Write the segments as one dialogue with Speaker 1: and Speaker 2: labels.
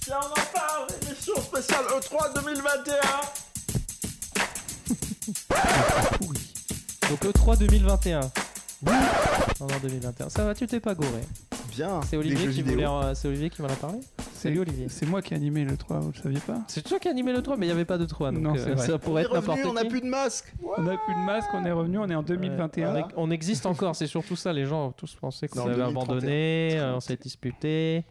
Speaker 1: Tiens, on en parle, émission spéciale E E3 2021.
Speaker 2: Pourri. Donc E3 2021. Non, non, 2021. Ça va, tu t'es pas gouré.
Speaker 1: Bien.
Speaker 2: C'est
Speaker 1: des jeux
Speaker 2: Olivier, qui
Speaker 1: vidéo.
Speaker 2: voulait en- c'est Olivier qui m'en a parlé Salut Olivier.
Speaker 3: C'est moi qui ai animé le 3, vous le saviez pas
Speaker 2: C'est toi qui animais le 3, mais il n'y avait pas de 3. Donc
Speaker 3: Non,
Speaker 2: euh,
Speaker 3: c'est vrai.
Speaker 2: ça
Speaker 1: On
Speaker 2: pourrait
Speaker 1: est
Speaker 2: être n'importe
Speaker 1: revenu,
Speaker 2: qui.
Speaker 1: on n'a plus de masque.
Speaker 3: On a plus de masque, on est revenu, on est en 2021.
Speaker 2: Ouais, on, on existe encore, c'est surtout ça. Les gens ont tous pensé qu'on
Speaker 1: Non,
Speaker 2: avait
Speaker 1: 2031.
Speaker 2: abandonné, euh, on s'est disputé.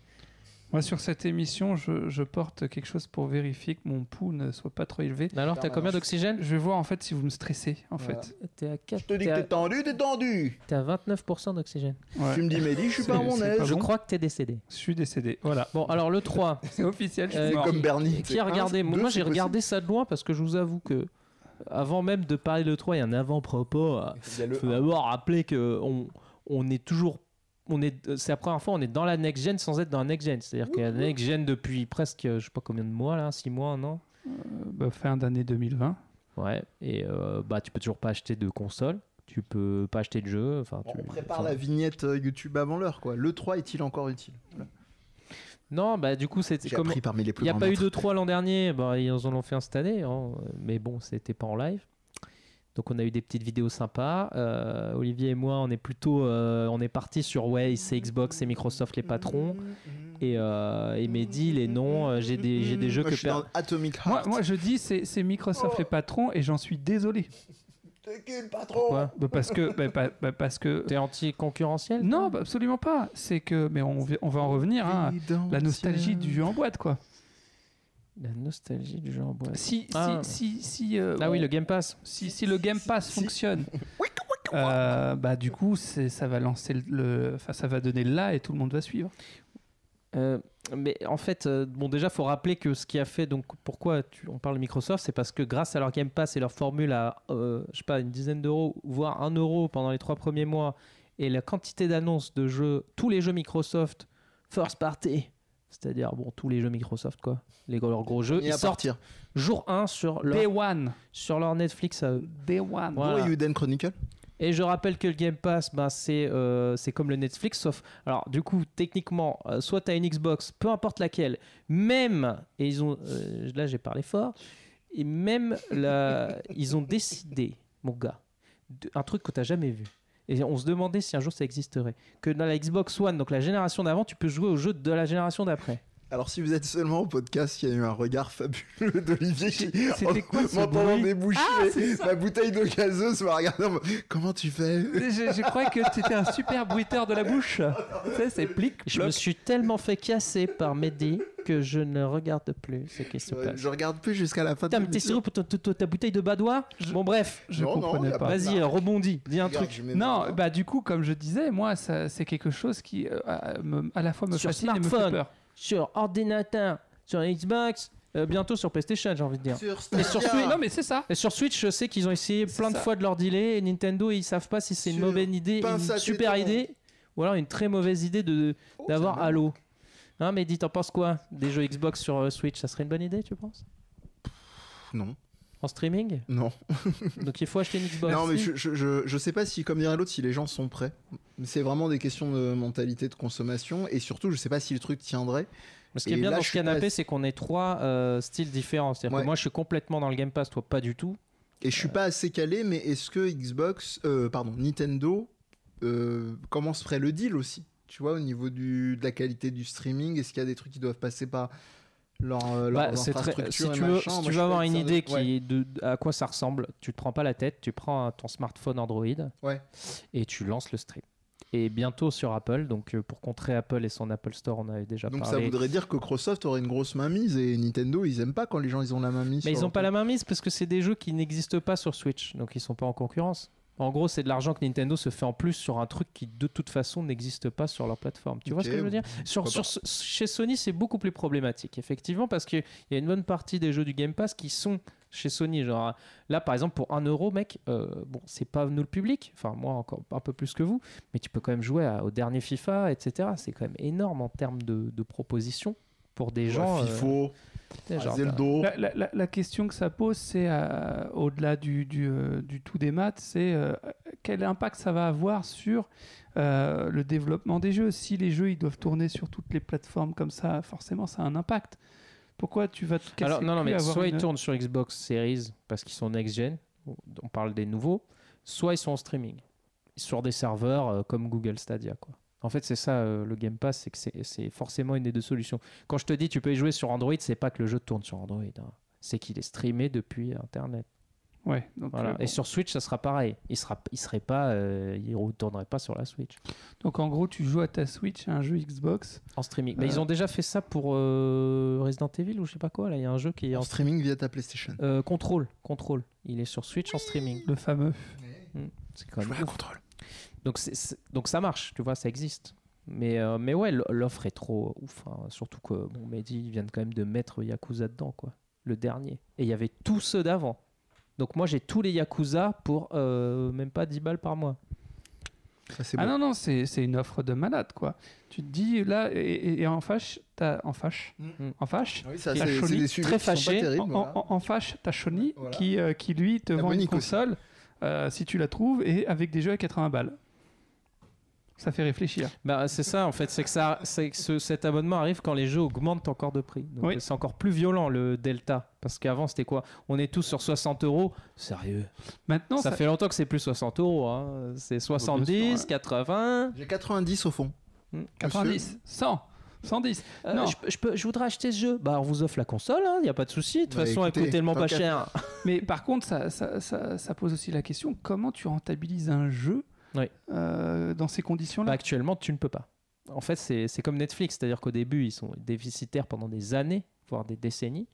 Speaker 3: Moi, sur cette émission, je, je porte quelque chose pour vérifier que mon pouls ne soit pas trop élevé.
Speaker 2: Alors, t'as
Speaker 1: Permanent.
Speaker 2: combien d'oxygène
Speaker 3: Je vais voir en fait si vous me stressez, en
Speaker 1: Voilà.
Speaker 3: fait.
Speaker 2: T'es à
Speaker 1: Je te dis que t'es tendu, t'es Ah tendu.
Speaker 2: 29% d'oxygène.
Speaker 3: Ouais.
Speaker 1: Tu me dis, Mehdi, je suis
Speaker 3: C'est-
Speaker 1: pas à mon
Speaker 3: c'est
Speaker 1: aise.
Speaker 3: pas
Speaker 2: Je
Speaker 3: bon.
Speaker 2: crois que t'es décédé.
Speaker 3: Je suis décédé, voilà.
Speaker 2: Bon, alors le 3.
Speaker 3: C'est officiel, je
Speaker 2: Euh,
Speaker 3: suis mort.
Speaker 1: Comme Bernie.
Speaker 2: Qui a regardé Moi, j'ai regardé ça de loin parce que je vous avoue que avant même de parler de 3, il y a un avant-propos. euh,
Speaker 1: Il y a le
Speaker 2: Il faut d'abord rappeler que on, on est toujours on est euh, c'est la première fois on est dans la next gen sans être dans la next gen c'est à dire qu'il y a la next gen depuis presque euh, je sais pas combien de mois là 6 mois un an
Speaker 3: Euh, bah, fin d'année 2020.
Speaker 2: ouais et euh, bah tu peux toujours pas acheter de console tu peux pas acheter de jeu enfin
Speaker 1: Bon,
Speaker 2: tu-
Speaker 1: on prépare
Speaker 2: enfin,
Speaker 1: la vignette euh, YouTube avant l'heure, quoi. Le 3 est-il encore utile Voilà.
Speaker 2: non bah du coup c'était
Speaker 1: J'ai
Speaker 2: comme
Speaker 1: appris parmi les plus
Speaker 2: il n'y a
Speaker 1: grands
Speaker 2: pas eu
Speaker 1: maîtres.
Speaker 2: de 3 l'an dernier bah, ils en ont fait un cette année hein, mais bon c'était pas en live donc on a eu des petites vidéos sympas. Euh, Olivier et moi, on est plutôt, euh, on est parti sur ouais, c'est Xbox, c'est Microsoft les patrons.
Speaker 1: Mm,
Speaker 2: et, euh, et Mehdi, les noms, euh, j'ai des, j'ai des
Speaker 1: mm,
Speaker 2: jeux
Speaker 1: Moi,
Speaker 2: que
Speaker 1: je suis dans
Speaker 2: per-
Speaker 1: Atomic
Speaker 3: Moi,
Speaker 2: Ah,
Speaker 1: Heart.
Speaker 3: moi, je dis, c'est c'est
Speaker 2: Oh.
Speaker 3: Microsoft les patrons et j'en suis désolé.
Speaker 1: T'es cul, patron
Speaker 2: Quoi
Speaker 3: Bah, parce que. bah, bah, bah, parce que...
Speaker 2: T'es anti-concurrentiel toi
Speaker 3: Non, bah, absolument pas. C'est que. Mais on, vi- on va en revenir. hein. La nostalgie du jeu en boîte, quoi.
Speaker 2: La nostalgie du jeu en boîte.
Speaker 3: Si,
Speaker 2: Ah.
Speaker 3: si, si, si, euh,
Speaker 2: Ah oui,
Speaker 3: on-
Speaker 2: le Game Pass.
Speaker 3: si, si le Game Pass
Speaker 1: Si.
Speaker 3: fonctionne, euh, bah du coup, c'est- ça va lancer le, le- enfin, ça va donner le là et tout le monde va suivre.
Speaker 2: Euh, mais en fait, euh, bon, déjà, faut rappeler que ce qui a fait, donc, pourquoi tu- on parle de Microsoft, c'est parce que grâce à leur Game Pass et leur formule à, euh, je sais pas, une dizaine d'euros, voire un euro pendant les trois premiers mois, et la quantité d'annonces de jeux, tous les jeux Microsoft, first party, c'est-à-dire, bon, tous les jeux Microsoft, quoi, les, leurs gros jeux,
Speaker 1: Et
Speaker 2: ils
Speaker 1: à
Speaker 2: sortent
Speaker 1: partir.
Speaker 2: jour 1 sur
Speaker 3: Day
Speaker 2: leur,
Speaker 3: one,
Speaker 2: sur leur Netflix à eux.
Speaker 3: day one.
Speaker 2: Voilà.
Speaker 1: Bon, et Uden Chronicle
Speaker 2: Et je rappelle que le Game Pass, ben, c'est euh, c'est comme le Netflix, sauf. Alors, du coup, techniquement, euh, soit tu as une Xbox, peu importe laquelle, même. Et ils ont. euh, là, j'ai parlé fort. Et même, la, ils ont décidé, mon gars, de- un truc que tu jamais vu. Et on se demandait si un jour ça existerait. Que dans la Xbox One, donc la génération d'avant, tu peux jouer aux jeux de la génération d'après.
Speaker 1: Alors, si vous êtes seulement au podcast, il y a eu un regard fabuleux d'Olivier qui,
Speaker 3: C'était quoi ce
Speaker 1: m'entendant
Speaker 3: bruit
Speaker 1: déboucher ma bouteille d'eau gazeuse, m'a regardé en mode, Comment tu fais
Speaker 3: je, je croyais que c'était un super bruiteur de la bouche. Tu sais, c'est plic.
Speaker 2: Je me suis tellement fait casser par Mehdi que je ne regarde plus ce qui se
Speaker 1: Euh,
Speaker 2: passe.
Speaker 1: Je regarde plus jusqu'à la fin
Speaker 2: Putain,
Speaker 1: de
Speaker 2: mais t'es
Speaker 1: l'émission.
Speaker 2: sérieux pour ta- ta ta bouteille de badois Bon, bref.
Speaker 3: Je
Speaker 1: Non, non,
Speaker 3: comprenais
Speaker 1: y a
Speaker 3: pas.
Speaker 1: pas de-
Speaker 2: Vas-y, euh, rebondis, dis un
Speaker 1: Bah. Regarde,
Speaker 2: truc.
Speaker 1: je mets
Speaker 3: Non,
Speaker 1: ma-
Speaker 3: bah du coup, comme je disais, moi, ça- c'est quelque chose qui euh, à, me- à la fois me
Speaker 2: Sur
Speaker 3: fascine et me fait
Speaker 2: smartphone.
Speaker 3: peur.
Speaker 2: Sur ordinateur, sur Xbox, euh, bientôt sur PlayStation, j'ai envie de dire.
Speaker 1: Sur
Speaker 2: mais sur
Speaker 1: Stadia,
Speaker 2: Switch,
Speaker 3: Non, mais c'est ça.
Speaker 2: Et sur Switch, je sais qu'ils ont essayé
Speaker 3: C'est
Speaker 2: plein de
Speaker 3: ça.
Speaker 2: fois de leur dealer et Nintendo, ils savent pas si c'est une
Speaker 1: Sur
Speaker 2: mauvaise idée, une
Speaker 1: pince à
Speaker 2: super
Speaker 1: téton.
Speaker 2: idée, ou alors une très mauvaise idée de
Speaker 1: Oh,
Speaker 2: d'avoir
Speaker 1: ça va.
Speaker 2: Halo. Hein, mais dis, t'en penses quoi Des jeux Xbox sur euh, Switch, ça serait une bonne idée, tu penses
Speaker 1: Pff, Non,
Speaker 2: En streaming
Speaker 1: non.
Speaker 2: Donc il faut acheter une Xbox.
Speaker 1: non, mais
Speaker 2: Bah, Si.
Speaker 1: je, je, je, je sais pas si, comme dirait l'autre, si les gens sont prêts. C'est vraiment des questions de mentalité, de consommation. Et surtout, je sais pas si le truc tiendrait.
Speaker 2: Mais Ce qui est
Speaker 1: Et
Speaker 2: bien
Speaker 1: là,
Speaker 2: dans
Speaker 1: je
Speaker 2: ce
Speaker 1: suis pas
Speaker 2: canapé,
Speaker 1: assez-
Speaker 2: c'est qu'on est trois euh, styles différents. C'est-à-dire
Speaker 1: Ouais.
Speaker 2: que moi, je suis complètement dans le Game Pass, toi, pas du tout.
Speaker 1: Et je suis pas assez calé, mais est-ce que Xbox, euh, pardon, Nintendo, euh, comment se ferait le deal aussi Tu vois, au niveau du, de la qualité du streaming, est-ce qu'il y a des trucs qui doivent passer par leur, euh,
Speaker 2: Bah,
Speaker 1: leurs
Speaker 2: c'est très-
Speaker 1: infrastructures
Speaker 2: si
Speaker 1: et
Speaker 2: tu veux,
Speaker 1: machin, moi,
Speaker 2: si tu
Speaker 1: je
Speaker 2: veux
Speaker 1: suis
Speaker 2: avoir
Speaker 1: pas
Speaker 2: une
Speaker 1: certain.
Speaker 2: idée qui
Speaker 1: Ouais.
Speaker 2: est de à quoi ça ressemble, tu te prends pas la tête, tu prends euh, ton smartphone Android
Speaker 1: Ouais.
Speaker 2: et tu lances le stream. Et bientôt sur Apple, donc euh, pour contrer Apple et son Apple Store, on avait déjà
Speaker 1: Donc ça
Speaker 2: parlé.
Speaker 1: voudrait dire que Microsoft aurait une grosse main mise et Nintendo, ils aiment pas quand les gens ils ont la main mise. sur
Speaker 2: Mais ils
Speaker 1: leur
Speaker 2: ont pas la main mise parce que c'est des jeux qui n'existent pas sur Switch, donc ils sont pas en concurrence. En gros, c'est de l'argent que Nintendo se fait en plus sur un truc qui de toute façon n'existe pas sur leur plateforme. Tu vois
Speaker 1: Ok,
Speaker 2: ce que je veux dire sur,
Speaker 1: pourquoi
Speaker 2: sur, ce- Chez Sony, c'est beaucoup plus problématique, effectivement, parce qu'il y a une bonne partie des jeux du Game Pass qui sont chez Sony. Genre, là, par exemple, pour 1 euro, mec, euh, bon, c'est pas nous le public, enfin, moi encore un peu plus que vous, mais tu peux quand même jouer à- au dernier FIFA, etc. C'est quand même énorme en termes de, de propositions pour des gens.
Speaker 1: Ouais,
Speaker 2: euh,
Speaker 1: FIFO,
Speaker 2: tu sais, genre,
Speaker 1: Zelda.
Speaker 3: La, la- la- la question que ça pose, c'est euh, au-delà du, du, euh, du tout des maths, c'est euh, quel impact ça va avoir sur euh, le développement des jeux. Si les jeux ils doivent tourner sur toutes les plateformes comme ça, forcément ça a un impact. Pourquoi tu vas te casser
Speaker 2: Alors,
Speaker 3: le
Speaker 2: non, non,
Speaker 3: cul à
Speaker 2: mais
Speaker 3: avoir
Speaker 2: soit
Speaker 3: une- euh,
Speaker 2: ils tournent sur Xbox Series parce qu'ils sont next-gen, on parle des nouveaux, soit ils sont en streaming, sur des serveurs euh, comme Google Stadia, quoi. En fait, c'est ça euh, le Game Pass, c'est que c'est- c'est forcément une des deux solutions. Quand je te dis tu peux y jouer sur Android, c'est pas que le jeu tourne sur Android, hein. c'est qu'il est streamé depuis Internet.
Speaker 3: Ouais, donc,
Speaker 2: Voilà.
Speaker 3: euh, bon.
Speaker 2: Et sur Switch, ça sera pareil. Il sera, il serait pas, euh, il retournerait pas sur la Switch
Speaker 3: donc en gros, tu joues à ta Switch à un jeu Xbox.
Speaker 2: en streaming. Mais
Speaker 3: Euh.
Speaker 2: ils ont déjà fait ça pour euh, Resident Evil ou je sais pas quoi. Là, il y a un jeu qui est en
Speaker 1: En streaming via ta PlayStation.
Speaker 2: Euh, contrôle, contrôle. Il est sur Switch en streaming.
Speaker 3: Le fameux.
Speaker 2: C'est quand
Speaker 1: Je
Speaker 2: même
Speaker 1: vois la contrôle.
Speaker 2: donc, c'est- c'est- donc ça marche, tu vois, ça existe. Mais, euh, mais ouais, l- l'offre est trop ouf. hein. Surtout que bon, Mehdi, ils viennent quand même de mettre Yakuza dedans, quoi. Le dernier. Et il y avait tous ceux d'avant. Donc moi, j'ai tous les Yakuza pour euh, même pas 10 balles par mois.
Speaker 1: Ça, c'est
Speaker 3: Ah
Speaker 1: bon.
Speaker 3: non, non, c'est c'est une offre de malade, quoi. Tu te dis, là, et, et- et en fâche, t'as... En fâche
Speaker 1: Mm.
Speaker 3: En fâche
Speaker 1: Oui, ça,
Speaker 3: Et
Speaker 1: c'est
Speaker 3: Sony,
Speaker 1: c'est des sujets
Speaker 2: très Oh,
Speaker 1: qui sont pas
Speaker 2: fâché,
Speaker 1: terribles,
Speaker 3: en,
Speaker 1: voilà.
Speaker 3: en- en fâche, t'as Sony
Speaker 1: Voilà.
Speaker 3: qui, euh, qui lui te
Speaker 1: La
Speaker 3: vend une
Speaker 1: Monique aussi.
Speaker 3: console euh, si tu la trouves et avec des jeux à 80 balles. Ça fait réfléchir.
Speaker 2: Bah, c'est ça, en fait. C'est que, ça, c'est que ce- cet abonnement arrive quand les jeux augmentent encore de prix. Donc,
Speaker 3: Oui.
Speaker 2: C'est encore plus violent, le delta. Parce qu'avant, c'était quoi On est tous sur 60 euros. Sérieux
Speaker 3: Maintenant,
Speaker 2: ça,
Speaker 3: ça,
Speaker 2: fait longtemps que c'est plus 60 euros. hein. C'est 70,
Speaker 3: sûr, ouais.
Speaker 2: 80.
Speaker 1: J'ai 90 au fond.
Speaker 2: Hmm.
Speaker 3: 90, 100, 110.
Speaker 2: Euh,
Speaker 3: Non.
Speaker 2: je, peux- je peux- je voudrais acheter ce jeu. Bah, on vous offre la console, il n'y a pas de souci. De toute
Speaker 1: Bah,
Speaker 2: façon, elle
Speaker 1: écoutez,
Speaker 2: coûte tellement
Speaker 1: tant
Speaker 2: pas
Speaker 1: qu'à
Speaker 2: cher.
Speaker 3: Mais par contre, ça, ça, ça- ça pose aussi la question comment tu rentabilises un jeu
Speaker 2: Oui.
Speaker 3: euh, dans ces
Speaker 2: Bah,
Speaker 3: conditions-là
Speaker 2: actuellement, tu ne peux pas. En fait, c'est c'est comme Netflix, c'est-à-dire qu'au début, ils sont déficitaires pendant des années, voire des décennies.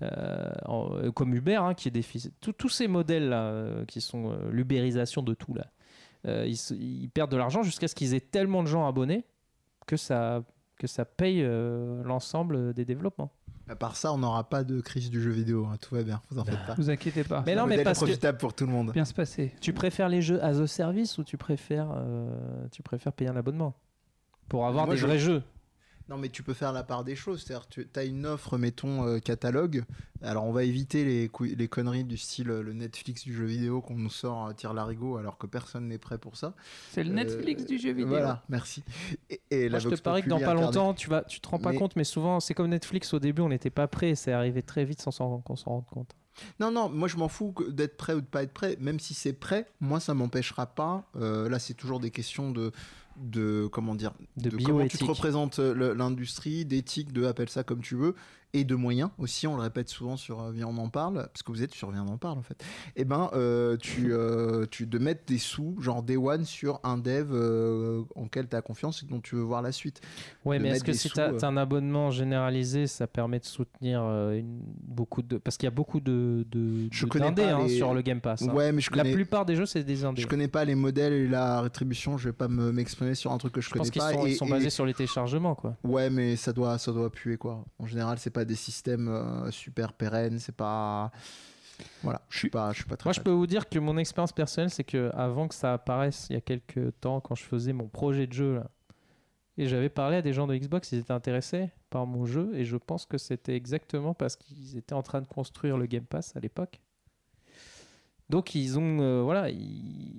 Speaker 2: Euh, en- euh, comme Uber, hein, qui est déficit. Tous- Tous ces modèles qui sont euh, l'ubérisation de tout, là, euh, ils, se- ils perdent de l'argent jusqu'à ce qu'ils aient tellement de gens abonnés que ça, que ça paye euh, l'ensemble des développements.
Speaker 1: À part ça, on n'aura pas de crise du jeu vidéo. hein. Tout va bien, vous en faites pas.
Speaker 3: Vous inquiétez pas,
Speaker 2: Bah. Mais
Speaker 3: ça
Speaker 2: non,
Speaker 1: Le
Speaker 2: mais
Speaker 1: modèle est
Speaker 2: parce que-
Speaker 1: profitable pour tout le monde.
Speaker 3: va bien se passer.
Speaker 2: Tu préfères les jeux as a service ou tu préfères, euh, tu préfères payer un abonnement pour avoir
Speaker 1: Moi,
Speaker 2: des
Speaker 1: je-
Speaker 2: vrais jeux
Speaker 1: Non, mais tu peux faire la part des choses. C'est-à-dire, tu as une offre, mettons, euh, catalogue. Alors, on va éviter les, couilles- les conneries du style euh, le Netflix du jeu vidéo qu'on nous sort à tire larigot alors que personne n'est prêt pour ça.
Speaker 3: C'est le
Speaker 1: Euh,
Speaker 3: Netflix du jeu vidéo.
Speaker 1: Voilà, merci. Et, et
Speaker 2: Moi,
Speaker 1: la
Speaker 2: je te
Speaker 1: Vox
Speaker 2: parie que dans
Speaker 1: Populi
Speaker 2: pas
Speaker 1: incarnée.
Speaker 2: longtemps, tu vas, tu te rends pas
Speaker 1: Mais-
Speaker 2: compte, mais souvent, c'est comme Netflix au début, on n'était pas prêt, c'est arrivé très vite sans s'en qu'on s'en rende compte.
Speaker 1: Non, non, moi je m'en fous que- d'être prêt ou de pas être prêt. Même si c'est prêt, moi ça m'empêchera pas. euh, là, c'est toujours des questions de, de comment dire,
Speaker 2: De,
Speaker 1: comment tu
Speaker 2: bioéthique.
Speaker 1: te représentes euh, le- l'industrie, d'éthique, de appelle ça comme tu veux, et de moyens aussi. On le répète souvent sur euh, Viens on en parle, parce que vous êtes sur Viens on en parle en fait. Et ben, euh, tu, euh, tu de mettre des sous, genre Day One sur un dev euh, en quel tu as confiance et dont tu veux voir la suite.
Speaker 2: Ouais,
Speaker 1: de
Speaker 2: mais est-ce
Speaker 1: mettre
Speaker 2: que
Speaker 1: des
Speaker 2: si
Speaker 1: sous,
Speaker 2: tu as,
Speaker 1: euh.
Speaker 2: un abonnement généralisé, ça permet de soutenir euh, une- beaucoup de. Parce qu'il y a beaucoup de, de,
Speaker 1: Je
Speaker 2: de-
Speaker 1: connais
Speaker 2: d'indés,
Speaker 1: pas
Speaker 2: hein,
Speaker 1: les-
Speaker 2: sur le Game Pass. hein.
Speaker 1: Ouais, mais je
Speaker 2: La
Speaker 1: connais.
Speaker 2: plupart des jeux, c'est des indés.
Speaker 1: Je connais pas les modèles et la rétribution, je vais pas me- m'exprimer sur un truc que je,
Speaker 2: Je
Speaker 1: connais
Speaker 2: pense qu'ils
Speaker 1: pas.
Speaker 2: sont,
Speaker 1: et-
Speaker 2: ils sont
Speaker 1: et-
Speaker 2: basés sur les téléchargements, quoi.
Speaker 1: Ouais, mais ça doit, ça doit puer quoi. En général, c'est pas des systèmes euh, super pérennes, c'est pas. Voilà, je suis pas, je suis pas très.
Speaker 2: Moi, je peux vous dire que mon expérience personnelle, c'est que avant que ça apparaisse, il y a quelques temps, quand je faisais mon projet de jeu, là, et j'avais parlé à des gens de Xbox, ils étaient intéressés par mon jeu, et je pense que c'était exactement parce qu'ils étaient en train de construire le Game Pass à l'époque. Donc, ils ont. euh, voilà. ils-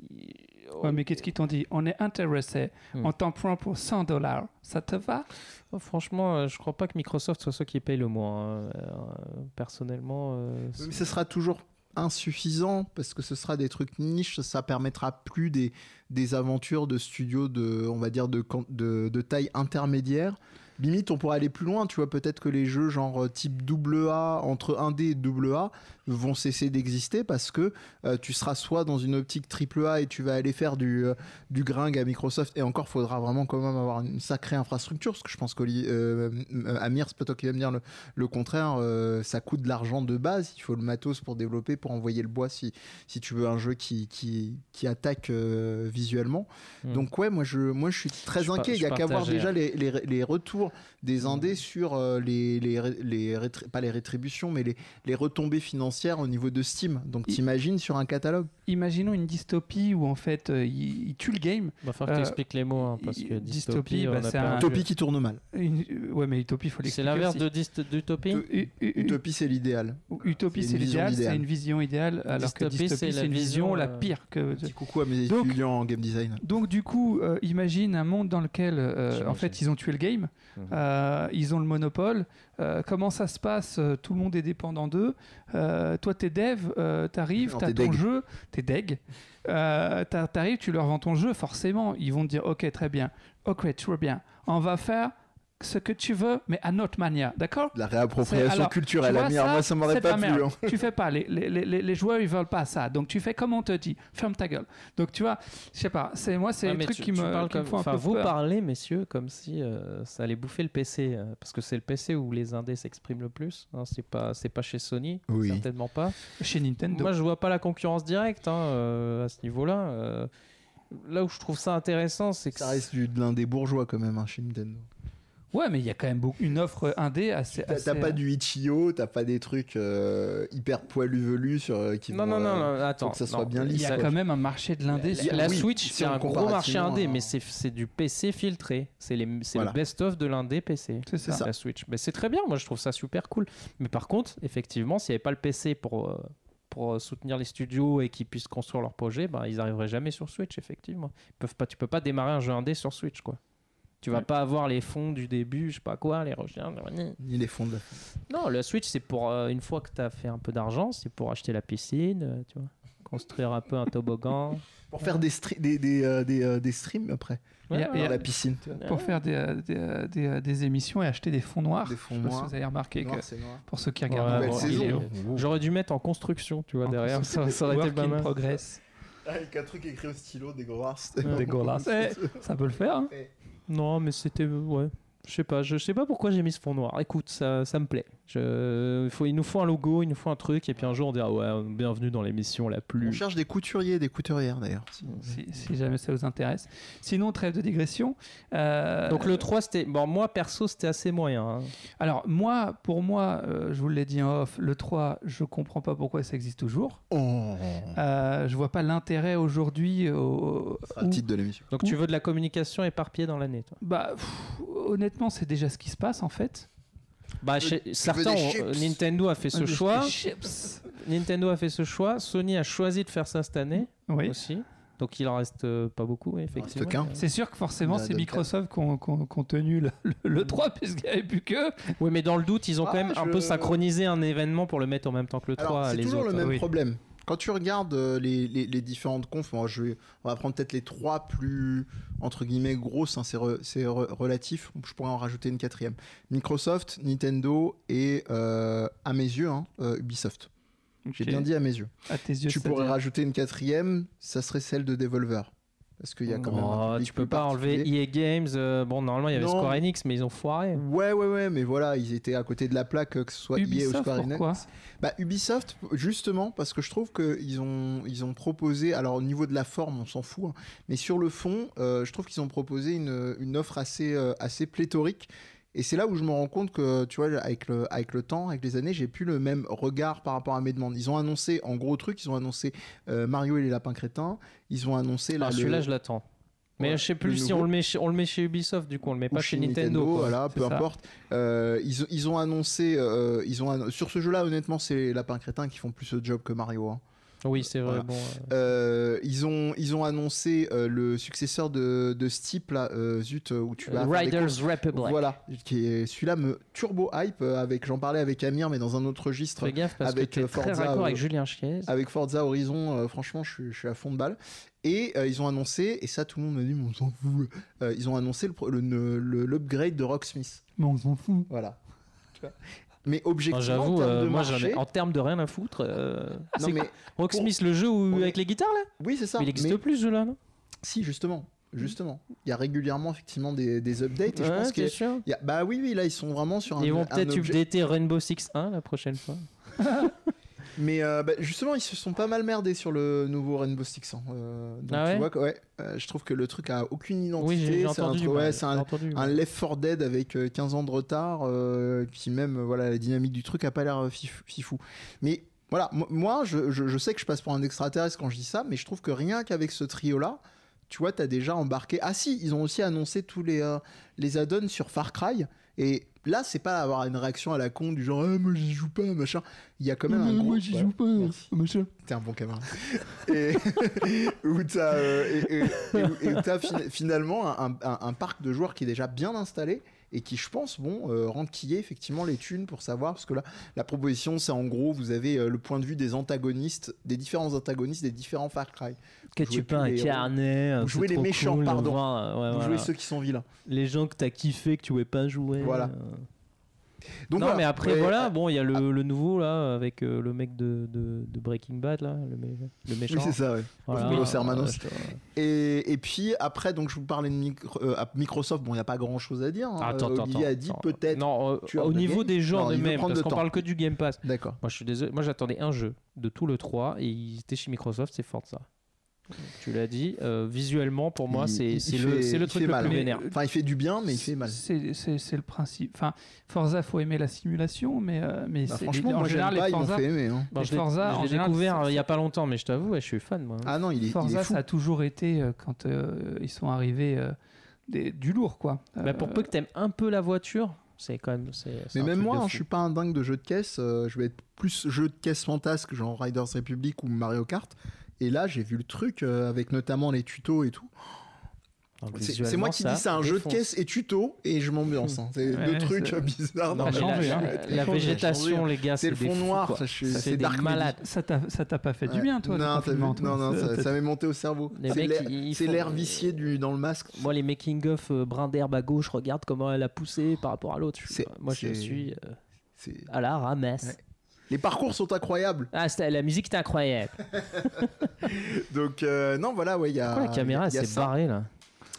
Speaker 3: Ouais, mais qu'est-ce qu'ils t'ont dit On est intéressé.
Speaker 2: Hmm.
Speaker 3: On t'en prend pour 100 dollars. Ça te va
Speaker 2: Oh, franchement, euh, je crois pas que Microsoft soit ceux qui payent le moins. hein. Euh, personnellement. euh,
Speaker 1: Oui, Mais ce sera toujours insuffisant parce que ce sera des trucs niches, ça permettra plus des, des aventures de studios de, on va dire, de, quan- de, de taille intermédiaire. Limite, on pourrait aller plus loin, tu vois, peut-être que les jeux genre euh, type AA, entre 1D et AA, vont cesser d'exister parce que euh, tu seras soit dans une optique AAA et tu vas aller faire du, euh, du gringue à Microsoft, et encore, faudra vraiment quand même avoir une sacrée infrastructure, parce que je pense euh, que Amir, c'est pas toi qui va me dire le, le contraire, euh, ça coûte de l'argent de base. Il faut le matos pour développer, pour envoyer le bois si, si tu veux un jeu qui, qui, qui attaque euh, visuellement.
Speaker 2: Hmm.
Speaker 1: Donc, ouais, moi je, moi, je suis très
Speaker 2: Je par-
Speaker 1: inquiet.
Speaker 2: je
Speaker 1: Il y a qu'à voir
Speaker 2: partage,
Speaker 1: déjà
Speaker 2: hein.
Speaker 1: les, les, les retours retour des indés sur euh, les, les, ré- les rétré- pas les rétributions, mais les, les retombées financières au niveau de Steam. Donc
Speaker 3: Il-
Speaker 1: t'imagines sur un catalogue.
Speaker 3: Imaginons une dystopie où en fait euh, il, il tue le game.
Speaker 2: Il va falloir que
Speaker 3: Euh,
Speaker 2: tu expliques les mots, hein, parce que
Speaker 3: dystopie,
Speaker 2: dystopie,
Speaker 3: bah,
Speaker 2: on a
Speaker 3: c'est
Speaker 2: perdu.
Speaker 3: Ah,
Speaker 1: Utopie qui tourne mal.
Speaker 3: Une- euh, ouais, mais utopie, il faut
Speaker 2: C'est
Speaker 3: l'expliquer.
Speaker 2: l'inverse
Speaker 3: aussi.
Speaker 2: de dyst- d'utopie
Speaker 3: U- u- u-
Speaker 1: Utopie, c'est l'idéal.
Speaker 3: Utopie,
Speaker 1: C'est
Speaker 3: c'est
Speaker 1: une vision
Speaker 3: l'idéal, c'est
Speaker 1: idéale.
Speaker 3: une vision idéale, alors que
Speaker 2: Dystopie,
Speaker 3: dystopie, c'est une vision la
Speaker 2: euh,
Speaker 3: pire que.
Speaker 1: Petit coucou à mes
Speaker 3: Donc-
Speaker 1: étudiants en game design.
Speaker 3: Donc du coup, euh, imagine un monde dans lequel, euh,
Speaker 2: J'imagine.
Speaker 3: en fait, ils ont tué le game,
Speaker 2: Mhm.
Speaker 3: euh, ils ont le monopole. euh, comment ça se passe Euh, Tout le monde est dépendant d'eux. Euh, toi, t'es dev, euh, t'arrives,
Speaker 1: Non,
Speaker 3: t'as
Speaker 1: t'es
Speaker 3: ton
Speaker 1: deg.
Speaker 3: jeu, t'es deg. Euh, t'as- t'arrives, tu leur vends ton jeu. Forcément, ils vont te dire, ok, très bien, ok, très bien. On va faire ce que tu veux, mais à notre manière, d'accord
Speaker 1: La réappropriation
Speaker 3: C'est- alors,
Speaker 1: culturelle,
Speaker 3: tu vois,
Speaker 1: la merde,
Speaker 3: ça,
Speaker 1: moi ça
Speaker 3: c'est
Speaker 1: m'aurait pas
Speaker 3: de la
Speaker 1: plu. hein.
Speaker 3: merde. tu fais pas, les, les, les, les joueurs ils veulent pas ça, donc tu fais comme on te dit, ferme ta gueule. Donc tu vois, je sais pas, c'est moi c'est
Speaker 2: Ouais,
Speaker 3: le
Speaker 2: mais
Speaker 3: truc
Speaker 2: tu-
Speaker 3: qui
Speaker 2: tu
Speaker 3: me,
Speaker 2: parles
Speaker 3: qui me
Speaker 2: comme-
Speaker 3: font un
Speaker 2: enfin,
Speaker 3: peu
Speaker 2: vous
Speaker 3: peur.
Speaker 2: parlez, messieurs, comme si euh, ça allait bouffer le PC, euh, parce que c'est le PC où les indés s'expriment le plus. hein, c'est pas, c'est pas chez Sony,
Speaker 1: Oui.
Speaker 2: certainement pas.
Speaker 3: chez Nintendo.
Speaker 2: Moi, je vois pas la concurrence directe hein, euh, à ce niveau-là. euh. là où je trouve ça intéressant, c'est que
Speaker 1: Ça reste du- de l'un des bourgeois quand même hein, chez Nintendo.
Speaker 3: Ouais, mais il y a quand même beaucoup une offre indé assez.
Speaker 1: T'as t'as
Speaker 3: assez- euh,
Speaker 1: pas du Ichio, t'as pas des trucs euh, hyper poilus velus sur, euh, qui
Speaker 2: non,
Speaker 1: vont,
Speaker 2: non, non,
Speaker 1: euh,
Speaker 2: non, attends.
Speaker 1: que ça
Speaker 2: non,
Speaker 1: soit bien
Speaker 2: il y
Speaker 3: Il
Speaker 1: lisse,
Speaker 3: y
Speaker 2: a
Speaker 3: a
Speaker 1: quoi.
Speaker 2: quand
Speaker 3: quand même un marché de l'indé.
Speaker 2: La, la
Speaker 1: Oui,
Speaker 2: Switch,
Speaker 1: si
Speaker 2: c'est
Speaker 1: on
Speaker 2: un gros
Speaker 1: comparativement
Speaker 2: marché indé,
Speaker 1: à-
Speaker 2: mais c'est c'est du PC filtré. C'est les- c'est
Speaker 1: hein. Voilà.
Speaker 2: le best-of de l'indé PC.
Speaker 3: C'est ça.
Speaker 1: ça.
Speaker 2: La Switch. Mais c'est très bien, moi je trouve ça super cool. Mais par contre, effectivement, s'il n'y avait pas le PC pour, euh, pour euh, soutenir les studios et qu'ils puissent construire leurs projets, ben, ils n'arriveraient jamais sur Switch, effectivement. Ils peuvent pas, tu peux pas démarrer un jeu indé sur Switch, quoi. Tu vas
Speaker 3: Ouais.
Speaker 2: pas avoir les fonds du début, je sais pas quoi, les recherches.
Speaker 1: Ni les fonds de la
Speaker 2: Non, la Switch, c'est pour euh, une fois que tu as fait un peu d'argent, c'est pour acheter la piscine, euh, tu vois, construire un peu un toboggan.
Speaker 1: Pour faire des, stre- des, des, euh, des, euh, des streams après,
Speaker 3: Il y
Speaker 2: Ouais,
Speaker 3: a-
Speaker 1: dans
Speaker 3: il y a-
Speaker 2: ouais.
Speaker 1: la piscine. tu vois.
Speaker 3: Pour faire des, euh, des, euh, des, euh, des émissions et acheter des fonds noirs.
Speaker 1: Des fonds
Speaker 3: Je sais pas
Speaker 1: noirs.
Speaker 3: si vous avez remarqué
Speaker 1: Noir,
Speaker 3: que
Speaker 1: c'est noir.
Speaker 3: pour ceux qui
Speaker 2: Ouais,
Speaker 3: regardent,
Speaker 1: Nouvelle
Speaker 2: bon,
Speaker 1: saison.
Speaker 2: il est- J'aurais dû mettre en construction, tu vois, derrière. Ça, ça aurait été pas mal.
Speaker 3: progresse.
Speaker 1: Avec un truc écrit au stylo, des
Speaker 3: Dégueulasse. Eh, ça peut le faire. hein.
Speaker 2: Non, mais c'était. euh, Ouais. Je sais pas, je sais pas pourquoi j'ai mis ce fond noir. Écoute, ça, ça me plaît. Je... il Faut, il nous faut un logo, il nous faut un truc, et puis un jour on dira ouais, bienvenue dans l'émission la
Speaker 1: On
Speaker 2: plus.
Speaker 1: cherche des couturiers, des couturières d'ailleurs.
Speaker 3: Si, si jamais ça vous intéresse. Sinon, trêve de digression. euh,
Speaker 2: Donc le 3, c'était. Bon, moi perso, c'était assez moyen. hein.
Speaker 3: Alors, moi, pour moi, euh, je vous l'ai dit en off, le 3, je comprends pas pourquoi ça existe toujours.
Speaker 1: Oh.
Speaker 3: Euh, je vois pas l'intérêt aujourd'hui. Au...
Speaker 1: Ce sera le
Speaker 3: où-
Speaker 1: titre de l'émission.
Speaker 2: Donc
Speaker 3: Ouh.
Speaker 2: tu veux de la communication éparpillée dans l'année, toi
Speaker 3: Bah, pff, honnêtement, c'est déjà ce qui se passe en fait.
Speaker 2: Bah,
Speaker 1: Euh, veux-
Speaker 2: chez- certains,
Speaker 1: des
Speaker 2: ont-
Speaker 1: chips
Speaker 2: Nintendo a fait ce
Speaker 3: Des- des
Speaker 2: choix.
Speaker 3: chips.
Speaker 2: Nintendo a fait ce choix. Sony a choisi de faire ça cette année
Speaker 3: Oui.
Speaker 2: aussi. Donc il en reste euh, pas beaucoup, effectivement.
Speaker 1: qu'un.
Speaker 2: Euh,
Speaker 3: C'est sûr que forcément,
Speaker 1: Bah, Mmh.
Speaker 3: c'est
Speaker 1: Duncan.
Speaker 3: Microsoft qui ont tenu le, le- le 3 puisqu'il n'y avait plus que.
Speaker 2: Oui, mais dans le doute, ils ont
Speaker 1: Ah,
Speaker 2: quand même un
Speaker 1: je-
Speaker 2: peu synchronisé un événement pour le mettre en même temps que le 3.
Speaker 1: Alors, c'est
Speaker 2: les
Speaker 1: toujours
Speaker 2: autres.
Speaker 1: le même
Speaker 3: oui.
Speaker 1: problème. Quand tu regardes euh, les, les- les différentes confs, moi, je vais- on va prendre peut-être les trois plus, entre guillemets, grosses, hein, c'est re- c'est re- relatif, je pourrais en rajouter une quatrième. Microsoft, Nintendo et, euh, à mes yeux, hein, euh, Ubisoft. J'ai bien dit à mes yeux.
Speaker 3: À tes yeux,
Speaker 1: tu
Speaker 3: ça
Speaker 1: pourrais
Speaker 3: dit-
Speaker 1: rajouter une quatrième, ça serait celle de Devolver. Parce qu'il y a quand même... un
Speaker 2: Oh,
Speaker 1: public
Speaker 2: tu peux
Speaker 1: plus
Speaker 2: pas enlever
Speaker 1: particulier.
Speaker 2: EA Games. euh, bon, normalement, il y avait
Speaker 1: Non. Ah,
Speaker 2: Square Enix, mais ils ont foiré.
Speaker 1: Ouais, ouais, ouais, mais voilà, ils étaient à côté de la plaque, euh, que ce soit EA ou
Speaker 3: Ubisoft,
Speaker 1: Square Enix.
Speaker 3: pourquoi
Speaker 1: Bah, Ubisoft, justement, parce que je trouve qu'ils ont, ils ont proposé, alors au niveau de la forme, on s'en fout, hein, mais sur le fond, euh, je trouve qu'ils ont proposé une, une offre assez, euh, assez pléthorique. Et c'est là où je me rends compte que, tu vois, avec le, avec le temps, avec les années, j'ai plus le même regard par rapport à mes demandes. Ils ont annoncé, en gros truc, ils ont annoncé euh, Mario et les lapins crétins, ils ont annoncé là,
Speaker 2: Ah,
Speaker 1: le-
Speaker 2: Celui-là, je l'attends. Mais
Speaker 1: Ouais,
Speaker 2: je sais plus
Speaker 1: le
Speaker 2: si
Speaker 1: nouveau.
Speaker 2: on le, met chez, on le met chez Ubisoft, du coup, on le met
Speaker 1: ou
Speaker 2: pas chez Nintendo. quoi.
Speaker 1: voilà,
Speaker 3: c'est
Speaker 1: peu
Speaker 3: ça.
Speaker 1: importe. Euh, ils, ont- ils ont annoncé, euh, ils ont annon- sur ce jeu-là, honnêtement, c'est les lapins crétins qui font plus le job que Mario. hein.
Speaker 2: Oui, c'est vrai.
Speaker 1: Voilà.
Speaker 2: Bon, euh,
Speaker 1: Euh, ils, ont, ils ont annoncé euh, le successeur de, de ce type là, euh, zut, euh, où tu vas. faire des
Speaker 2: Riders
Speaker 1: courses.
Speaker 2: Republic.
Speaker 1: Voilà, qui est celui-là me turbo hype. euh, Avec, j'en parlais avec Amir, mais dans un autre registre.
Speaker 2: Fais gaffe parce
Speaker 1: Avec,
Speaker 2: que t'es
Speaker 1: euh,
Speaker 2: très
Speaker 1: Forza,
Speaker 2: raccord
Speaker 1: euh,
Speaker 2: avec Julien Chiez.
Speaker 1: Avec Forza Horizon, euh, franchement, je, suis- je suis à fond de balle. Et euh, ils ont annoncé, et ça tout le monde m'a dit, mais on s'en fout. euh, ils ont annoncé le pro- le- le- l'upgrade de Rocksmith.
Speaker 3: Mais on s'en fout.
Speaker 1: Voilà. Tu vois. Mais
Speaker 2: Enfin,
Speaker 1: objectivement, en
Speaker 2: J'avoue,
Speaker 1: termes
Speaker 2: euh,
Speaker 1: de
Speaker 2: moi, j'en
Speaker 1: marché,
Speaker 2: ai- en termes de rien à foutre. euh,
Speaker 1: non,
Speaker 2: c'est-
Speaker 1: mais-
Speaker 2: Rocksmith, le jeu où-
Speaker 1: on est-
Speaker 2: avec les guitares, là
Speaker 1: oui, c'est ça.
Speaker 2: Mais Il
Speaker 1: mais-
Speaker 2: existe plus, ce jeu-là, non
Speaker 1: Si, justement. Justement. Il y a régulièrement, effectivement, des, des updates. Et je pense
Speaker 2: Ouais,
Speaker 1: qu'il y
Speaker 2: t'es
Speaker 1: a-
Speaker 2: sûr
Speaker 1: il y a- Bah oui, oui, là, ils sont vraiment sur un.
Speaker 2: Ils vont
Speaker 1: un
Speaker 2: peut-être
Speaker 1: objet-
Speaker 2: updater Rainbow Six 1 la prochaine fois.
Speaker 1: Mais euh, bah, justement, ils se sont pas mal merdés sur le nouveau Rainbow Six 100. euh, donc,
Speaker 2: Ah
Speaker 1: tu
Speaker 2: ouais
Speaker 1: vois, que- ouais, euh, je trouve que le truc a aucune
Speaker 2: Oui, j'ai-
Speaker 1: identité.
Speaker 2: j'ai
Speaker 1: c'est un,
Speaker 2: entendu.
Speaker 1: truc-
Speaker 2: bah,
Speaker 1: ouais, c'est
Speaker 2: j'ai
Speaker 1: un,
Speaker 2: entendu,
Speaker 1: un
Speaker 2: ouais.
Speaker 1: Left 4 Dead avec euh, 15 ans de retard, euh, qui même, euh, voilà, la dynamique du truc a pas l'air euh, fif- fifou. Mais voilà, mo- moi, je, je- je sais que je passe pour un extraterrestre quand je dis ça, mais je trouve que rien qu'avec ce trio-là, tu vois, t'as déjà embarqué. Ah si, ils ont aussi annoncé tous les, euh, les add-ons sur Far Cry. Et là, c'est pas avoir une réaction à la con du genre, ah, moi j'y joue pas, machin. Il y a quand même
Speaker 3: Mmh,
Speaker 1: un gros. Ouais.
Speaker 3: pas, Ah,
Speaker 1: Merci.
Speaker 3: machin.
Speaker 1: T'es un bon camarade. et où t'as euh, et- et- et où- et où t'as fin- finalement un, un- un parc de joueurs qui est déjà bien installé et qui, je pense, bon, euh, renquiller effectivement les thunes pour savoir. Parce que là, la proposition, c'est en gros, vous avez euh, le point de vue des antagonistes, des différents antagonistes des différents Far Cry.
Speaker 2: Qu'as-tu
Speaker 1: jouez
Speaker 2: pas
Speaker 1: plus les héros.
Speaker 2: incarné euh,
Speaker 1: Vous
Speaker 2: c'est
Speaker 1: jouez les
Speaker 2: trop
Speaker 1: méchants,
Speaker 2: cool,
Speaker 1: pardon.
Speaker 2: voir, euh, ouais,
Speaker 1: Vous
Speaker 2: voilà.
Speaker 1: jouez ceux qui sont vilains.
Speaker 2: Les gens que t'as kiffé, que tu pouvais pas jouer.
Speaker 1: Voilà.
Speaker 2: euh.
Speaker 1: Donc,
Speaker 2: non,
Speaker 1: voilà.
Speaker 2: mais après,
Speaker 1: Ouais, ah.
Speaker 2: voilà, bon, il y a le, le nouveau, là, avec euh, le mec de, de- de Breaking Bad, là, le, mé- le méchant.
Speaker 1: ah, Oui, c'est ça, ouais.
Speaker 2: Voilà.
Speaker 1: Los Hermanos.
Speaker 2: Euh, je-
Speaker 1: Et, et puis après, donc je vous parlais de micro- euh, à Microsoft. Bon, il n'y a pas grand chose à dire. hein.
Speaker 2: Ah, Attends, attends,
Speaker 1: Olivier a
Speaker 2: attends,
Speaker 1: dit
Speaker 2: attends.
Speaker 1: peut-être.
Speaker 2: Non, euh,
Speaker 1: tu as
Speaker 2: au
Speaker 1: le
Speaker 2: niveau
Speaker 1: game.
Speaker 2: des
Speaker 1: Non,
Speaker 2: gens
Speaker 1: il veut
Speaker 2: eux-mêmes,
Speaker 1: prendre
Speaker 2: parce
Speaker 1: le
Speaker 2: qu'on
Speaker 1: temps.
Speaker 2: parle que du Game Pass.
Speaker 1: D'accord.
Speaker 2: Moi, je suis désolé. Moi, j'attendais un jeu de tout le 3 et il était chez Microsoft, c'est Forza. Tu l'as dit, euh, visuellement, pour moi,
Speaker 1: Il-
Speaker 2: c'est
Speaker 1: il
Speaker 2: c'est
Speaker 1: fait-
Speaker 2: le, c'est le
Speaker 1: il
Speaker 2: truc
Speaker 1: fait
Speaker 2: le
Speaker 1: mal.
Speaker 2: plus
Speaker 1: Mais-
Speaker 2: vénère.
Speaker 1: Enfin, il fait du bien, mais il fait mal.
Speaker 3: C'est c'est- c'est le principe. Enfin, Forza, faut aimer la simulation, mais, euh, mais
Speaker 1: Bah,
Speaker 3: c'est-
Speaker 1: franchement,
Speaker 3: en
Speaker 1: moi j'aime
Speaker 3: général, les
Speaker 1: pas, ils m'ont
Speaker 3: Forza,
Speaker 1: fait aimer. hein.
Speaker 2: Bon,
Speaker 3: les
Speaker 2: je l'ai-
Speaker 3: Forza,
Speaker 2: je
Speaker 3: en
Speaker 2: l'ai
Speaker 3: général,
Speaker 2: découvert
Speaker 3: c'est-
Speaker 2: euh, il y a pas longtemps, mais je t'avoue, ouais, je suis fan, moi.
Speaker 1: Ah non, il est, il est
Speaker 3: Forza,
Speaker 1: fou.
Speaker 3: ça a toujours été euh, quand euh, ils sont arrivés euh, des- du lourd, quoi.
Speaker 2: Bah, pour
Speaker 3: Euh,
Speaker 2: peu que t'aimes un peu la voiture, c'est quand même. c'est- c'est
Speaker 1: Mais
Speaker 2: un
Speaker 1: même
Speaker 2: truc
Speaker 1: moi,
Speaker 2: de
Speaker 1: hein,
Speaker 2: fou.
Speaker 1: je suis pas un dingue de jeux de caisse. euh, je vais être plus jeu de caisse fantasque, genre Riders Republic ou Mario Kart. Et là, j'ai vu le truc euh, avec notamment les tutos et tout.
Speaker 2: Donc,
Speaker 1: C'est- C'est
Speaker 2: visuellement,
Speaker 1: moi qui dis c'est un jeu
Speaker 2: défonce.
Speaker 1: de caisse et tuto et je m'ambiance. hein. C'est
Speaker 3: Ouais,
Speaker 1: deux
Speaker 3: ouais,
Speaker 1: trucs
Speaker 3: c'est-
Speaker 1: euh, bizarres. dans
Speaker 2: Non, mais
Speaker 3: a
Speaker 1: le
Speaker 2: la-
Speaker 3: changé,
Speaker 1: jeu.
Speaker 3: hein.
Speaker 2: la,
Speaker 1: Ça a
Speaker 2: la
Speaker 1: changé. hein.
Speaker 2: végétation, les gars,
Speaker 1: C'est le
Speaker 2: des
Speaker 1: fond
Speaker 2: fous,
Speaker 1: noir,
Speaker 2: quoi.
Speaker 1: ça, je suis-
Speaker 2: Ça,
Speaker 1: c'est
Speaker 2: des
Speaker 1: Dark Midi.
Speaker 2: malades.
Speaker 3: Ça t'a ça t'a pas fait du
Speaker 1: Ouais.
Speaker 3: bien, toi le
Speaker 1: Non, t'as vu-
Speaker 3: confinement, toi,
Speaker 1: non, non,
Speaker 3: ça-
Speaker 1: ça,
Speaker 3: t'as-
Speaker 1: ça m'est monté au cerveau.
Speaker 2: hein. Les
Speaker 1: C'est
Speaker 2: mecs,
Speaker 1: l'air-
Speaker 2: ils- ils
Speaker 1: C'est
Speaker 2: font-
Speaker 1: l'air vicié du, dans le masque.
Speaker 2: Moi, les making-of euh, brin d'herbe à gauche, regarde comment elle a poussé par rapport à l'autre. Je-
Speaker 1: C'est-
Speaker 2: Moi, je
Speaker 1: c'est-
Speaker 2: suis euh,
Speaker 1: C'est-
Speaker 2: à la ramasse.
Speaker 1: Ouais. Les parcours sont incroyables.
Speaker 2: Ah, c'était- la musique était incroyable.
Speaker 1: Donc, euh, non, voilà, ouais, il y a.
Speaker 2: Pourquoi la caméra, elle
Speaker 1: il y a
Speaker 2: s'est
Speaker 1: ça.
Speaker 2: barrée là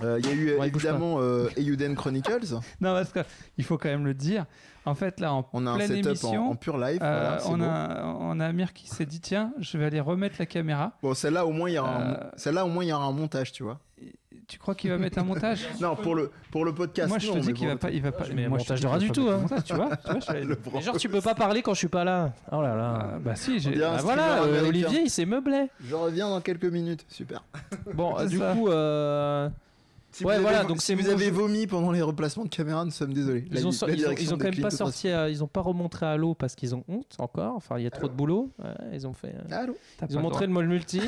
Speaker 1: Euh, Il y a eu euh,
Speaker 2: Ouais, elle bouge pas.
Speaker 1: évidemment euh, Euden Chronicles.
Speaker 3: Non, parce qu'il faut quand même le dire. En fait, là, en
Speaker 1: On a un
Speaker 3: pleine
Speaker 1: setup en,
Speaker 3: émission,
Speaker 1: en pur live.
Speaker 3: euh,
Speaker 1: voilà, c'est
Speaker 3: on,
Speaker 1: beau.
Speaker 3: a, on a Amir qui s'est dit tiens, je vais aller remettre la caméra.
Speaker 1: Bon, celle-là au moins il y aura un...
Speaker 3: Euh,
Speaker 1: celle-là au moins il y aura un montage, tu vois.
Speaker 3: Tu crois qu'il va mettre un montage
Speaker 1: Non, pour le pour le podcast.
Speaker 3: Moi, je
Speaker 1: non,
Speaker 3: te dis
Speaker 1: mais
Speaker 3: qu'il va
Speaker 1: pour
Speaker 3: pas. Il va pas
Speaker 2: Mais
Speaker 3: moi, je
Speaker 2: montage
Speaker 3: te dis
Speaker 2: de rien
Speaker 3: qu'il
Speaker 2: du
Speaker 3: va
Speaker 2: tout,
Speaker 3: pas
Speaker 2: hein.
Speaker 3: faire montage, tu vois, tu vois, je te l'avais
Speaker 1: le-
Speaker 3: dit.
Speaker 1: le-
Speaker 2: Genre, tu peux pas parler quand je suis pas là. Oh là là.
Speaker 3: Ah, bah si, j'ai.
Speaker 1: dirait un
Speaker 2: Bah
Speaker 1: streamer
Speaker 2: voilà, euh,
Speaker 1: américain.
Speaker 2: Olivier, il s'est meublé.
Speaker 1: Je reviens dans quelques minutes, super.
Speaker 2: Bon, euh,
Speaker 3: C'est
Speaker 2: du
Speaker 3: ça.
Speaker 2: coup, euh,
Speaker 1: Si
Speaker 2: Ouais,
Speaker 1: vous
Speaker 2: voilà,
Speaker 1: avez,
Speaker 2: donc
Speaker 1: si
Speaker 2: c'est
Speaker 1: vous
Speaker 2: mon
Speaker 1: avez
Speaker 2: jeu.
Speaker 1: vomi pendant les replacements de caméra, nous sommes désolés. La-
Speaker 2: ils ont,
Speaker 1: la
Speaker 2: sor- ils ont-
Speaker 1: direction
Speaker 2: ils ont
Speaker 1: des
Speaker 2: quand même
Speaker 1: clips
Speaker 2: pas
Speaker 1: de
Speaker 2: sorti, à- ils ont pas remontré à l'eau parce qu'ils ont honte encore. Enfin, il y a trop de boulot. Ouais, ils ont fait. euh,
Speaker 1: Allô
Speaker 3: t'as
Speaker 2: Ils
Speaker 3: pas
Speaker 2: ont
Speaker 3: le
Speaker 2: montré le mall multi.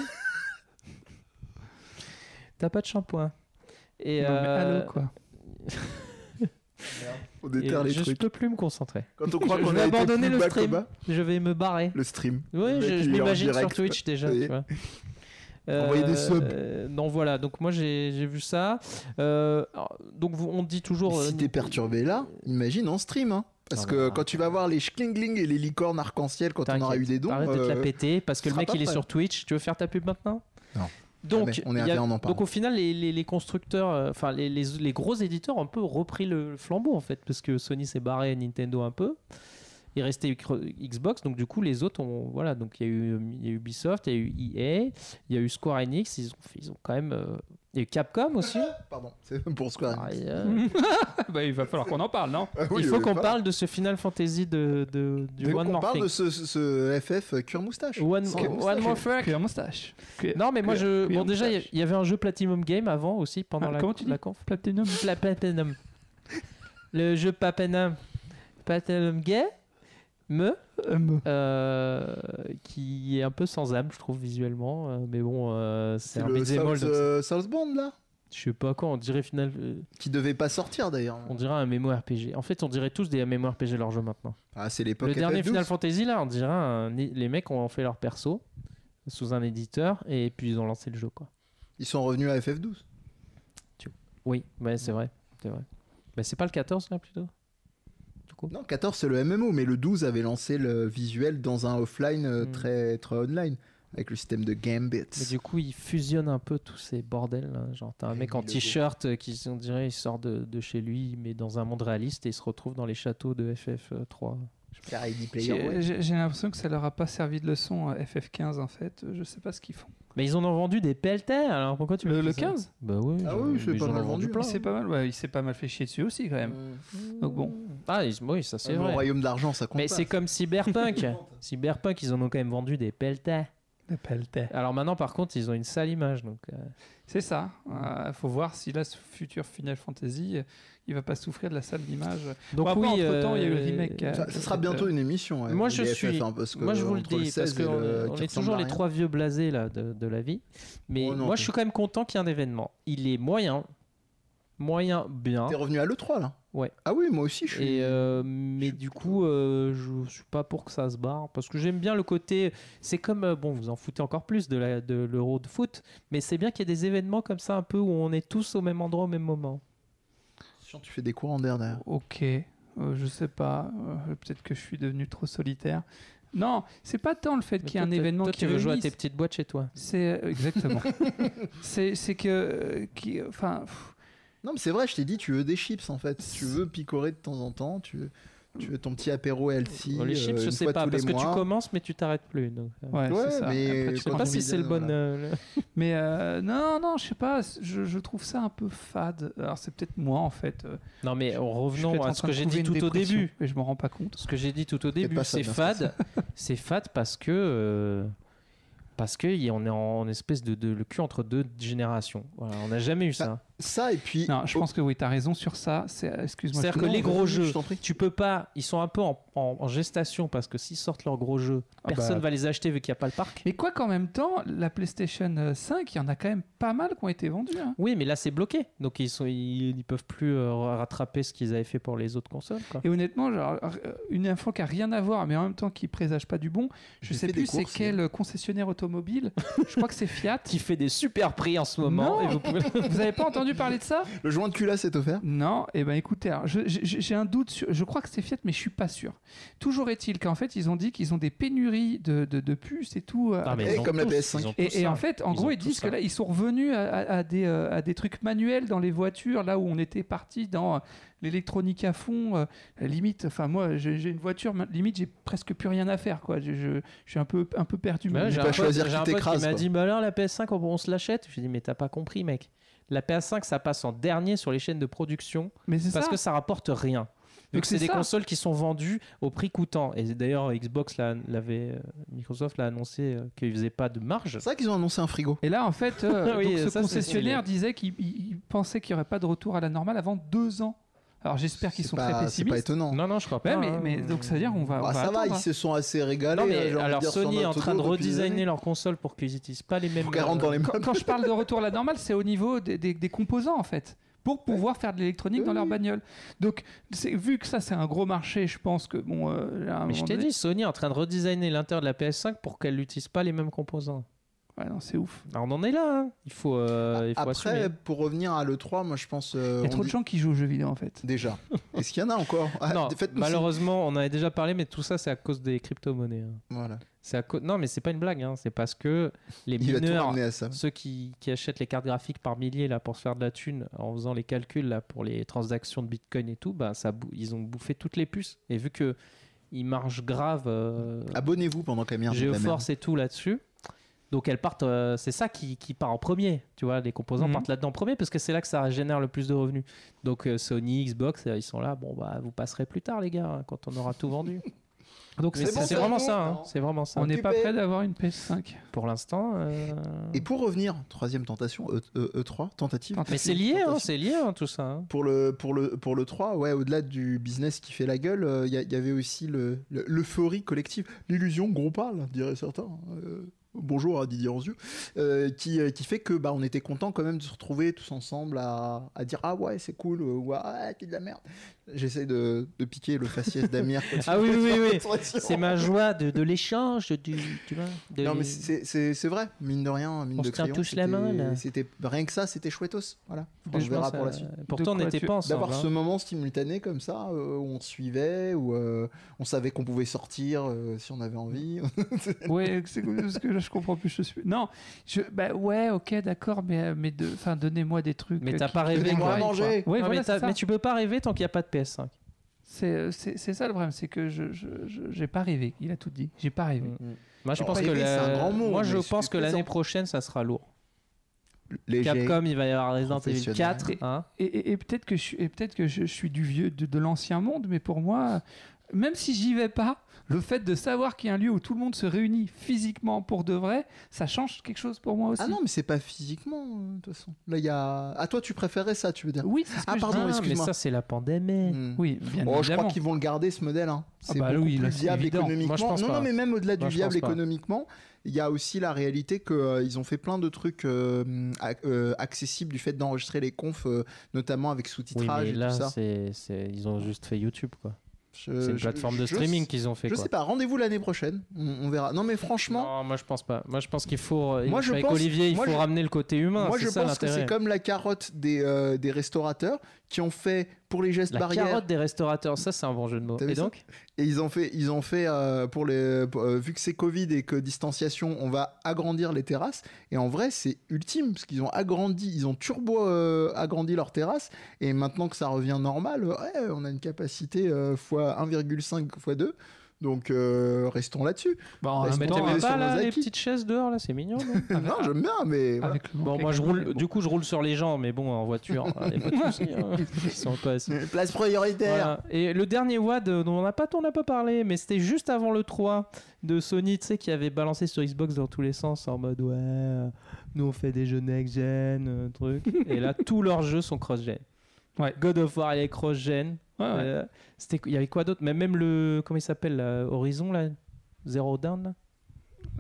Speaker 2: T'as pas de shampoing. Et,
Speaker 3: droit. Non, mais
Speaker 2: euh,
Speaker 3: allô, quoi.
Speaker 1: On
Speaker 2: et
Speaker 1: déterre les
Speaker 2: je
Speaker 1: trucs.
Speaker 2: peux plus me concentrer.
Speaker 1: Quand on croit
Speaker 2: je
Speaker 1: qu'on
Speaker 2: vais
Speaker 1: a été
Speaker 2: abandonner
Speaker 1: plus
Speaker 2: le
Speaker 1: bas
Speaker 2: stream.
Speaker 1: que bas,
Speaker 2: Je vais me barrer.
Speaker 1: le stream. Le
Speaker 2: Oui,
Speaker 1: mec,
Speaker 2: je, je
Speaker 1: il est en
Speaker 2: m'imagine sur
Speaker 1: direct.
Speaker 2: Twitch déjà.
Speaker 1: Ça y est.
Speaker 2: tu vois.
Speaker 1: Envoyez des subs.
Speaker 2: euh, non, voilà. Donc moi j'ai j'ai vu ça. Euh, alors, donc vous- on dit toujours. euh,
Speaker 1: Si t'es perturbé là, imagine en stream hein. Parce
Speaker 2: Non,
Speaker 1: que
Speaker 2: mais-
Speaker 1: quand tu vas voir les schlingling et les licornes arc-en-ciel quand on
Speaker 2: T'inquiète,
Speaker 1: aura eu des dons,
Speaker 2: Arrête de te la
Speaker 1: euh,
Speaker 2: péter parce que
Speaker 1: ce
Speaker 2: le
Speaker 1: sera
Speaker 2: mec
Speaker 1: pas
Speaker 2: il est
Speaker 1: prêt.
Speaker 2: sur Twitch. Tu veux faire ta pub maintenant
Speaker 1: Non.
Speaker 2: Donc,
Speaker 1: Jamais. On est
Speaker 2: il y a-
Speaker 1: arrivé, on en parle.
Speaker 2: donc au final, les, les- les constructeurs, euh, enfin les, les- les gros éditeurs ont un peu repris le flambeau en fait, parce que Sony s'est barré, Nintendo un peu. Il restait Cro- Xbox, donc du coup les autres ont voilà, donc il y, a eu, euh, il y a eu Ubisoft, il y a eu EA, il y a eu Square Enix, ils ont, fait- ils ont quand même, euh, il y a eu Capcom aussi.
Speaker 1: pardon, c'est pour Square Enix.
Speaker 2: Pareil, euh,
Speaker 3: Bah, il va falloir qu'on en parle, non
Speaker 1: Ah oui,
Speaker 2: il faut
Speaker 1: euh,
Speaker 2: qu'on
Speaker 1: voilà.
Speaker 2: parle de ce Final Fantasy de, de- du
Speaker 1: Dès
Speaker 2: One
Speaker 1: qu'on
Speaker 2: More
Speaker 1: parle
Speaker 2: Thing.
Speaker 1: de ce, ce- ce FF euh, cure moustache.
Speaker 2: One,
Speaker 1: Sans
Speaker 2: One
Speaker 1: moustache.
Speaker 2: More Thing.
Speaker 3: Cuir moustache. Cuir-
Speaker 2: Non, mais moi
Speaker 3: cuir-
Speaker 2: je,
Speaker 3: cuir
Speaker 2: bon déjà il y a-
Speaker 3: moustache.
Speaker 2: il y, avait un jeu Platinum Game avant aussi pendant
Speaker 3: Ah,
Speaker 2: la,
Speaker 3: comment tu dis
Speaker 2: la conf.
Speaker 3: Platinum.
Speaker 2: La Platinum. Le jeu Platinum. Platinum Gay. Me.
Speaker 3: Hum.
Speaker 2: euh, qui est un peu sans âme, je trouve, visuellement. euh, mais bon, euh,
Speaker 1: C'est
Speaker 2: c'est un
Speaker 1: le
Speaker 2: beat'em
Speaker 1: South,
Speaker 2: all, donc c'est-
Speaker 1: euh, Southbound là
Speaker 2: Je sais pas quoi, on dirait final. euh,
Speaker 1: qui devait pas sortir d'ailleurs.
Speaker 2: on dirait un mémo RPG. En fait, on dirait tous des mémo RPG leur jeu maintenant.
Speaker 1: Ah, c'est l'époque
Speaker 2: Le dernier
Speaker 1: FF12.
Speaker 2: Final Fantasy, là, on dirait un- les mecs ont fait leur perso sous un éditeur et puis ils ont lancé le jeu, quoi.
Speaker 1: Ils sont revenus à FF12.
Speaker 2: Oui, mais c'est vrai. C'est vrai. Mais c'est pas le 14 là plutôt Du coup
Speaker 1: Non, 14 c'est le MMO, mais le 12 avait lancé le visuel dans un offline euh,
Speaker 2: Hmm.
Speaker 1: très, très online avec le système de Gambit.
Speaker 2: Mais du coup, ils fusionnent un peu tous ces bordels. là. Genre, t'as un
Speaker 1: Et
Speaker 2: mec
Speaker 1: oui,
Speaker 2: en
Speaker 1: le
Speaker 2: t-shirt euh, qui, on dirait, il sort de, de chez lui, mais dans un monde réaliste et il se retrouve dans les châteaux de FF3.
Speaker 1: Faire ID Player One.
Speaker 3: J'ai j'ai l'impression que ça leur a pas servi de leçon euh, à FF15 en fait. Je sais pas ce qu'ils font.
Speaker 2: Mais ils en ont vendu des pelletées, alors pourquoi tu
Speaker 3: Le-
Speaker 2: me dis
Speaker 3: le
Speaker 2: ça
Speaker 3: 15?
Speaker 2: Bah oui.
Speaker 1: Ah
Speaker 2: je-
Speaker 1: oui, c'est
Speaker 2: ils
Speaker 1: pas
Speaker 2: en ont
Speaker 1: mal vendu,
Speaker 2: plein.
Speaker 1: hein.
Speaker 3: C'est pas mal. Ouais, il s'est pas mal fait chier dessus aussi quand même.
Speaker 1: Euh,
Speaker 3: Donc bon.
Speaker 2: Ah ils- oui, ça c'est
Speaker 1: le
Speaker 2: vrai.
Speaker 1: royaume d'argent, ça compte
Speaker 2: Mais
Speaker 1: pas.
Speaker 2: c'est comme Cyberpunk. Cyberpunk, ils en ont quand même vendu des pelletées.
Speaker 3: La pelletée.
Speaker 2: Alors maintenant, par contre, ils ont une sale image. Donc, euh,
Speaker 3: C'est ça. Euh, faut voir si là, ce futur Final Fantasy, euh, il va pas souffrir de la sale d'image.
Speaker 2: donc
Speaker 3: après,
Speaker 2: oui,
Speaker 3: entre-temps, il y a eu le
Speaker 2: euh,
Speaker 3: remake, euh,
Speaker 1: Ça, ça sera bientôt une émission. ouais,
Speaker 2: Moi,
Speaker 1: les
Speaker 2: je
Speaker 1: FF,
Speaker 2: suis-
Speaker 1: hein, parce que
Speaker 2: Moi, je vous le
Speaker 1: entre
Speaker 2: dis,
Speaker 1: 16
Speaker 2: parce
Speaker 1: et
Speaker 2: qu'on
Speaker 1: le-
Speaker 2: on
Speaker 1: qui
Speaker 2: est toujours
Speaker 1: ressemble à
Speaker 2: les
Speaker 1: rien.
Speaker 2: trois vieux blasés là, de, de la vie. Mais
Speaker 1: Oh non,
Speaker 2: moi,
Speaker 1: t'es-
Speaker 2: je suis quand même content qu'il y ait un événement. Il est moyen, moyen, bien.
Speaker 1: T'es revenu à l'E3 là
Speaker 2: hein. Ouais.
Speaker 1: Ah oui, moi aussi je suis.
Speaker 2: Et euh, mais du coup, euh, je suis pas pour que ça se barre parce que j'aime bien le côté. C'est comme euh, bon, vous en foutez encore plus de la de l'euro de foot, mais c'est bien qu'il y ait des événements comme ça un peu où on est tous au même endroit au même moment.
Speaker 1: Chiant, Tu fais des cours en d'air derrière.
Speaker 3: Ok, euh, je sais pas, euh, peut-être que je suis devenu trop solitaire. Non, c'est pas tant le fait qu'il y ait
Speaker 2: Mais Bah, toi, t'as-
Speaker 3: un événement
Speaker 2: toi,
Speaker 3: qui
Speaker 2: tu veux jouer à
Speaker 3: réunisse,
Speaker 2: tes petites boîtes chez toi.
Speaker 3: C'est euh, exactement. c'est c'est que euh, qui enfin pff,
Speaker 1: Non, mais c'est vrai, je t'ai dit, tu veux des chips en fait. Tu veux picorer de temps en temps, tu veux, tu veux ton petit apéro healthy.
Speaker 2: Bon, les
Speaker 1: euh,
Speaker 2: chips, je
Speaker 1: une
Speaker 2: sais
Speaker 1: fois
Speaker 2: pas
Speaker 1: tous les
Speaker 2: parce que tu
Speaker 1: mois.
Speaker 2: commences mais tu t'arrêtes plus. donc, euh,
Speaker 3: ouais,
Speaker 1: Ouais,
Speaker 3: c'est ça.
Speaker 1: mais
Speaker 3: Après,
Speaker 2: Je
Speaker 3: tu
Speaker 2: sais
Speaker 1: quand
Speaker 3: prends-
Speaker 2: pas
Speaker 1: on
Speaker 2: si
Speaker 1: est
Speaker 2: c'est le
Speaker 1: dedans,
Speaker 2: bon.
Speaker 1: voilà.
Speaker 2: euh, le-
Speaker 3: Mais euh, non non, je sais pas, je, je trouve ça un peu fade. Alors c'est peut-être moi en fait. euh,
Speaker 2: Non mais
Speaker 3: je suis
Speaker 2: revenons
Speaker 3: peut-être en
Speaker 2: à ce
Speaker 3: train
Speaker 2: que
Speaker 3: de
Speaker 2: j'ai
Speaker 3: trouver
Speaker 2: dit
Speaker 3: une
Speaker 2: tout au
Speaker 3: dépression,
Speaker 2: début.
Speaker 3: mais je m'en rends pas compte.
Speaker 2: Ce que j'ai dit tout au début,
Speaker 1: pas ça,
Speaker 2: c'est
Speaker 1: bien
Speaker 2: fade. C'est fade parce que euh, parce que y- on est en espèce de, de- le cul entre deux générations. Voilà, on n'a jamais eu ça.
Speaker 1: Ça, et puis.
Speaker 3: Non, je pense que oui, tu as raison sur ça. C'est euh, excuse-moi.
Speaker 2: C'est-à-dire
Speaker 3: je-
Speaker 2: que
Speaker 3: non,
Speaker 2: les gros
Speaker 1: je
Speaker 2: jeux,
Speaker 1: t'en prie.
Speaker 2: tu peux pas, ils sont un peu en, en- en gestation parce que s'ils sortent leurs gros jeux,
Speaker 3: Ah
Speaker 2: personne
Speaker 3: bah.
Speaker 2: va les acheter vu qu'il n'y a pas le parc.
Speaker 3: Mais quoi qu'en même temps, la PlayStation euh, 5, il y en a quand même pas mal qui ont été vendus. hein.
Speaker 2: Oui, mais là c'est bloqué, donc ils sont, ils, ils peuvent plus euh, rattraper ce qu'ils avaient fait pour les autres consoles. quoi.
Speaker 3: Et honnêtement, genre, euh, une info qui a rien à voir, mais en même temps qui présage pas du bon, je
Speaker 1: J'ai
Speaker 3: sais
Speaker 1: fait
Speaker 3: plus
Speaker 1: des
Speaker 3: c'est
Speaker 1: courses,
Speaker 3: quel concessionnaire automobile. je crois que c'est Fiat.
Speaker 2: Qui fait des super prix en ce moment.
Speaker 3: Non.
Speaker 2: et vous pouvez-
Speaker 3: Vous avez pas entendu parler de ça
Speaker 1: Le joint de culasse est offert.
Speaker 3: Non, et ben écoutez, alors, je- je- j'ai un doute sur. Je crois que c'est Fiat, mais je suis pas sûr. Toujours est-il qu'en fait, ils ont dit qu'ils ont des pénuries de, de- de puces et tout. euh,
Speaker 2: Non, Ah, mais
Speaker 1: Et
Speaker 2: ils ont
Speaker 1: comme la
Speaker 2: tous-
Speaker 1: PS5.
Speaker 2: ils ont tous
Speaker 3: Et, et
Speaker 2: ça.
Speaker 3: en fait, en
Speaker 2: Ils
Speaker 3: gros,
Speaker 2: ont
Speaker 3: ils
Speaker 2: tout
Speaker 3: disent
Speaker 2: ça.
Speaker 3: que là, ils sont revenus à, à- à des, euh, à des trucs manuels dans les voitures, là où on était parti dans euh, l'électronique à fond. euh, limite, enfin, moi, j'ai j'ai une voiture, ma- limite, j'ai presque plus rien à faire, quoi. Je, je- je suis un peu, un peu perdu.
Speaker 2: Bah ouais,
Speaker 3: Mais-
Speaker 2: j'ai
Speaker 1: pas
Speaker 2: un pote,
Speaker 1: choisir
Speaker 2: j'ai
Speaker 1: qui
Speaker 2: un pote
Speaker 1: t'écrase,
Speaker 2: qui m'a
Speaker 1: quoi.
Speaker 2: dit bah alors la PS5 on, on se l'achète. Je lui ai dit mais t'as pas compris mec. La PS5 ça passe en dernier sur les chaînes de production
Speaker 3: mais c'est
Speaker 2: parce
Speaker 3: ça.
Speaker 2: que ça rapporte rien.
Speaker 3: Mais
Speaker 2: Donc c'est
Speaker 3: c'est
Speaker 2: des
Speaker 3: ça.
Speaker 2: consoles qui sont vendues au prix coûtant. Et d'ailleurs Xbox l'a- l'avait, euh, Microsoft l'a annoncé euh, qu'ils faisaient pas de marge.
Speaker 1: C'est vrai qu'ils ont annoncé un frigo.
Speaker 3: Et là, en fait, euh,
Speaker 2: Oui,
Speaker 3: donc, ce
Speaker 2: ça, c'est
Speaker 3: concessionnaire disait qu'il il- il pensait qu'il n'y aurait pas de retour à la normale avant deux ans. Alors, j'espère qu'ils
Speaker 1: C'est
Speaker 3: sont
Speaker 1: pas-
Speaker 3: très
Speaker 1: C'est pas
Speaker 3: pessimistes.
Speaker 1: étonnant.
Speaker 2: Non non je crois
Speaker 3: Ouais,
Speaker 2: pas.
Speaker 3: mais,
Speaker 2: hein.
Speaker 3: mais donc, ça veut dire on va.
Speaker 1: Bah,
Speaker 3: on va
Speaker 1: ça va,
Speaker 3: attendre,
Speaker 1: ils
Speaker 3: hein.
Speaker 1: se sont assez régalés. euh,
Speaker 2: Non, mais
Speaker 3: euh,
Speaker 1: j'ai envie de
Speaker 2: alors
Speaker 1: dire, sur
Speaker 2: Sony est en
Speaker 1: notre
Speaker 2: train de
Speaker 1: dos depuis des
Speaker 2: redesigner
Speaker 1: années.
Speaker 2: leur console pour qu'ils utilisent pas les mêmes. euh,
Speaker 1: Faut qu'elle rentre dans les
Speaker 3: Quand,
Speaker 1: meubles.
Speaker 3: quand je parle de retour à la normale, c'est au niveau des, des- des composants en fait, pour pouvoir faire de l'électronique dans leur bagnole. Donc, c'est- vu que ça c'est un gros marché, je pense que bon. euh, à un
Speaker 2: Mais je
Speaker 3: moment
Speaker 2: t'ai
Speaker 3: donné-
Speaker 2: dit Sony est en train de redesigner l'intérieur de la PS5 pour qu'elle n'utilise pas les mêmes composants.
Speaker 3: Ouais, non, c'est
Speaker 1: Euh,
Speaker 3: ouf.
Speaker 2: Alors on en est là. hein. Il faut euh, il faut
Speaker 1: Après,
Speaker 2: assumer.
Speaker 1: pour revenir à l'E3, moi je pense. euh,
Speaker 3: Il y a
Speaker 1: on
Speaker 3: trop de
Speaker 1: dit-
Speaker 3: gens qui jouent aux jeux vidéo en fait.
Speaker 1: Déjà. Est-ce qu'il y en a encore Ah,
Speaker 2: non,
Speaker 1: faites-nous
Speaker 2: malheureusement, on en avait déjà parlé, mais tout ça, c'est à cause des crypto-monnaies. hein.
Speaker 1: signe. Voilà.
Speaker 2: C'est à cause. Non, mais c'est pas une blague. hein. C'est parce que les
Speaker 1: Il va tout
Speaker 2: mineurs,
Speaker 1: ramener à ça.
Speaker 2: ceux qui, qui achètent les cartes graphiques par milliers là pour se faire de la thune en faisant les calculs là pour les transactions de Bitcoin et tout, bah, ça bou- ils ont bouffé toutes les puces. Et vu que ils marchent grave, euh,
Speaker 1: Ah Abonnez-vous pendant que la merde. dit de la merde.
Speaker 2: Géoforce et tout là-dessus. Donc elles partent, euh, c'est ça qui, qui part en premier, tu vois, les composants
Speaker 3: Mhm.
Speaker 2: partent là-dedans en premier parce que c'est là que ça génère le plus de revenus. Donc euh, Sony, Xbox, euh, ils sont là, bon bah vous passerez plus tard les gars, hein, quand on aura tout vendu. Donc
Speaker 1: C'est
Speaker 2: c'est
Speaker 1: bon,
Speaker 2: c'est
Speaker 1: c'est bon,
Speaker 2: vraiment ça, hein,
Speaker 1: non
Speaker 2: c'est vraiment ça.
Speaker 3: On n'est pas
Speaker 1: Occupé.
Speaker 3: prêt d'avoir une PS5.
Speaker 2: Pour l'instant, euh,
Speaker 1: Et pour revenir, troisième tentation, E- E- E3, tentative.
Speaker 2: mais c'est lié, hein,
Speaker 1: Tentative.
Speaker 2: c'est lié hein, tout ça. hein.
Speaker 1: Pour le, pour, le, pour le 3, ouais, au-delà du business qui fait la gueule, euh, il y, a- il y avait aussi le- le- l'euphorie collective, l'illusion gros pâle, diraient certains. Euh, bonjour à Didier Anzieux, euh, qui, euh, qui fait que bah, on était content quand même de se retrouver tous ensemble à, à dire Ah ouais, c'est cool, ou Ah, ouais, t'es de la merde. J'essaie de, de piquer le faciès d'Amir. quand il
Speaker 2: Ah oui,
Speaker 1: fait
Speaker 2: oui,
Speaker 1: sa
Speaker 2: oui, oui.
Speaker 1: présentation.
Speaker 2: C'est ma joie de, de l'échange, du, tu vois, de
Speaker 1: Non,
Speaker 2: les-
Speaker 1: mais c'est- c'est c'est vrai, mine de rien, mine
Speaker 2: On
Speaker 1: de
Speaker 2: se tient
Speaker 1: crayon,
Speaker 2: tous
Speaker 1: c'était-
Speaker 2: la main, là.
Speaker 1: C'était rien que ça, c'était chouettos. Voilà.
Speaker 2: de-
Speaker 1: On
Speaker 2: je
Speaker 1: verra
Speaker 2: pense,
Speaker 1: pour la
Speaker 2: euh,
Speaker 1: suite.
Speaker 2: Pourtant on
Speaker 3: De quoi
Speaker 2: n'était
Speaker 3: tu-
Speaker 2: pas ensemble.
Speaker 1: D'avoir
Speaker 2: hein.
Speaker 1: ce moment simultané comme ça, euh, où on se suivait, où euh, on savait qu'on pouvait sortir euh, si on avait envie.
Speaker 3: Ouais, c'est comme- parce que là je comprends plus. Je suis. Non, je. Bah ouais, ok, d'accord, mais euh, mais de. Enfin, donnez-moi des trucs.
Speaker 2: Mais
Speaker 3: euh,
Speaker 2: t'as
Speaker 3: qui-
Speaker 2: pas rêvé,
Speaker 3: qui me
Speaker 1: quoi.
Speaker 3: draguent, quoi.
Speaker 1: Manger.
Speaker 3: Ouais,
Speaker 2: Non,
Speaker 3: voilà,
Speaker 2: mais, t'as-
Speaker 3: c'est ça.
Speaker 2: mais tu peux pas rêver tant qu'il n'y a pas de PS5.
Speaker 3: C'est euh, c'est- c'est ça le problème, c'est que je je- je- j'ai pas rêvé. Il a tout dit. J'ai pas rêvé.
Speaker 2: Mm. Moi, je
Speaker 1: Alors,
Speaker 2: pense que
Speaker 1: rêver,
Speaker 2: la-
Speaker 1: c'est un grand mot,
Speaker 2: moi,
Speaker 1: mais
Speaker 2: je
Speaker 1: ce
Speaker 2: pense
Speaker 1: qui est
Speaker 2: que l'année
Speaker 1: plaisant.
Speaker 2: prochaine, ça sera lourd.
Speaker 1: Léger.
Speaker 2: Capcom, il va y avoir Resident Evil
Speaker 1: professionnel.
Speaker 2: 4. hein.
Speaker 3: Et, et- et peut-être que je suis, et peut-être que je, je suis du vieux de, de l'ancien monde, mais pour moi, même si j'y vais pas, le fait de savoir qu'il y a un lieu où tout le monde se réunit physiquement pour de vrai, ça change quelque chose pour moi aussi.
Speaker 1: Ah non, mais c'est pas physiquement, euh, de toute façon. Là, il y a. À toi, tu préférais ça, tu veux dire
Speaker 3: oui, c'est ce que
Speaker 1: Ah,
Speaker 3: je-
Speaker 1: pardon.
Speaker 2: Ah, mais
Speaker 1: excuse-moi.
Speaker 2: ça, c'est la pandémie.
Speaker 1: Hmm.
Speaker 3: Oui, bien
Speaker 1: Oh, je
Speaker 3: évidemment.
Speaker 1: crois qu'ils vont le garder ce modèle. Hein.
Speaker 2: Ah
Speaker 1: C'est
Speaker 3: bah
Speaker 1: beaucoup
Speaker 3: oui, là,
Speaker 1: plus
Speaker 3: c'est
Speaker 1: viable
Speaker 3: évident. Moi, je
Speaker 1: économiquement.
Speaker 2: pense
Speaker 1: non,
Speaker 2: pas.
Speaker 1: non, mais même au-delà du
Speaker 2: Moi, je
Speaker 1: viable
Speaker 2: pense pas.
Speaker 1: économiquement, il y a aussi la réalité que euh, ils ont fait plein de trucs euh, ac- euh, accessibles du fait d'enregistrer les confs, euh, notamment avec
Speaker 2: Oui,
Speaker 1: sous-titrage
Speaker 2: mais
Speaker 1: et
Speaker 2: là,
Speaker 1: tout ça.
Speaker 2: c'est, c'est- ils ont juste fait YouTube, quoi.
Speaker 1: Je-
Speaker 2: c'est une
Speaker 1: je-
Speaker 2: plateforme de
Speaker 1: je-
Speaker 2: streaming qu'ils ont fait,
Speaker 1: Je
Speaker 2: quoi.
Speaker 1: sais pas. Rendez-vous l'année prochaine. On, on verra. Non, mais franchement.
Speaker 2: Non, moi je pense pas. Moi je pense qu'il faut. euh,
Speaker 1: Moi,
Speaker 2: il-
Speaker 1: je
Speaker 2: avec
Speaker 1: pense-
Speaker 2: Olivier, il
Speaker 1: moi,
Speaker 2: faut
Speaker 1: je-
Speaker 2: ramener le côté humain.
Speaker 1: Moi,
Speaker 2: c'est
Speaker 1: je
Speaker 2: ça,
Speaker 1: pense que
Speaker 2: l'intérêt.
Speaker 1: c'est comme la carotte des, euh, des restaurateurs qui ont fait pour les gestes
Speaker 2: La
Speaker 1: barrières.
Speaker 2: carotte des restaurateurs, ça c'est un bon jeu de mots.
Speaker 1: T'as vu
Speaker 2: Et
Speaker 1: ça
Speaker 2: donc
Speaker 1: Et ils ont fait, ils ont fait euh, pour les, pour- euh, vu que c'est Covid et que distanciation, on va agrandir les terrasses. Et en vrai, c'est ultime parce qu'ils ont agrandi, ils ont turbo euh, agrandi leurs terrasses. Et maintenant que ça revient normal, ouais, on a une capacité euh, fois 1,5 fois 2. Donc euh, restons là-dessus.
Speaker 2: Bah,
Speaker 3: Bon,
Speaker 1: Est-ce
Speaker 3: Bah, en même
Speaker 1: qu'on
Speaker 3: temps,
Speaker 1: t'aimait
Speaker 2: T'aimais
Speaker 1: sur
Speaker 2: pas là
Speaker 1: nos
Speaker 2: les
Speaker 1: acquis.
Speaker 2: petites chaises dehors là, c'est mignon. non
Speaker 3: avec-
Speaker 1: Non, j'aime bien, mais voilà.
Speaker 3: avec le
Speaker 2: bon,
Speaker 3: manque
Speaker 2: moi
Speaker 3: à
Speaker 2: je roule.
Speaker 3: gagner,
Speaker 2: Du coup, je roule sur les gens, mais bon, en voiture, y a pas de souci. hein. Ils sont pas assis.
Speaker 1: place prioritaire.
Speaker 2: Voilà. Et le dernier WAD euh, dont on n'a pas, on n'a pas parlé, mais c'était juste avant le 3 de Sony, tu sais, qui avait balancé sur Xbox dans tous les sens en mode ouais, euh, nous on fait des jeux next-gen, euh, truc. Et là, tous leurs jeux sont cross-gen.
Speaker 3: Ouais.
Speaker 2: God of War, il est cross-gen.
Speaker 3: bon. Ouais, ouais.
Speaker 2: Euh, c'était, il y avait quoi d'autre même, même le. Comment il s'appelle là, Horizon là Zero Down là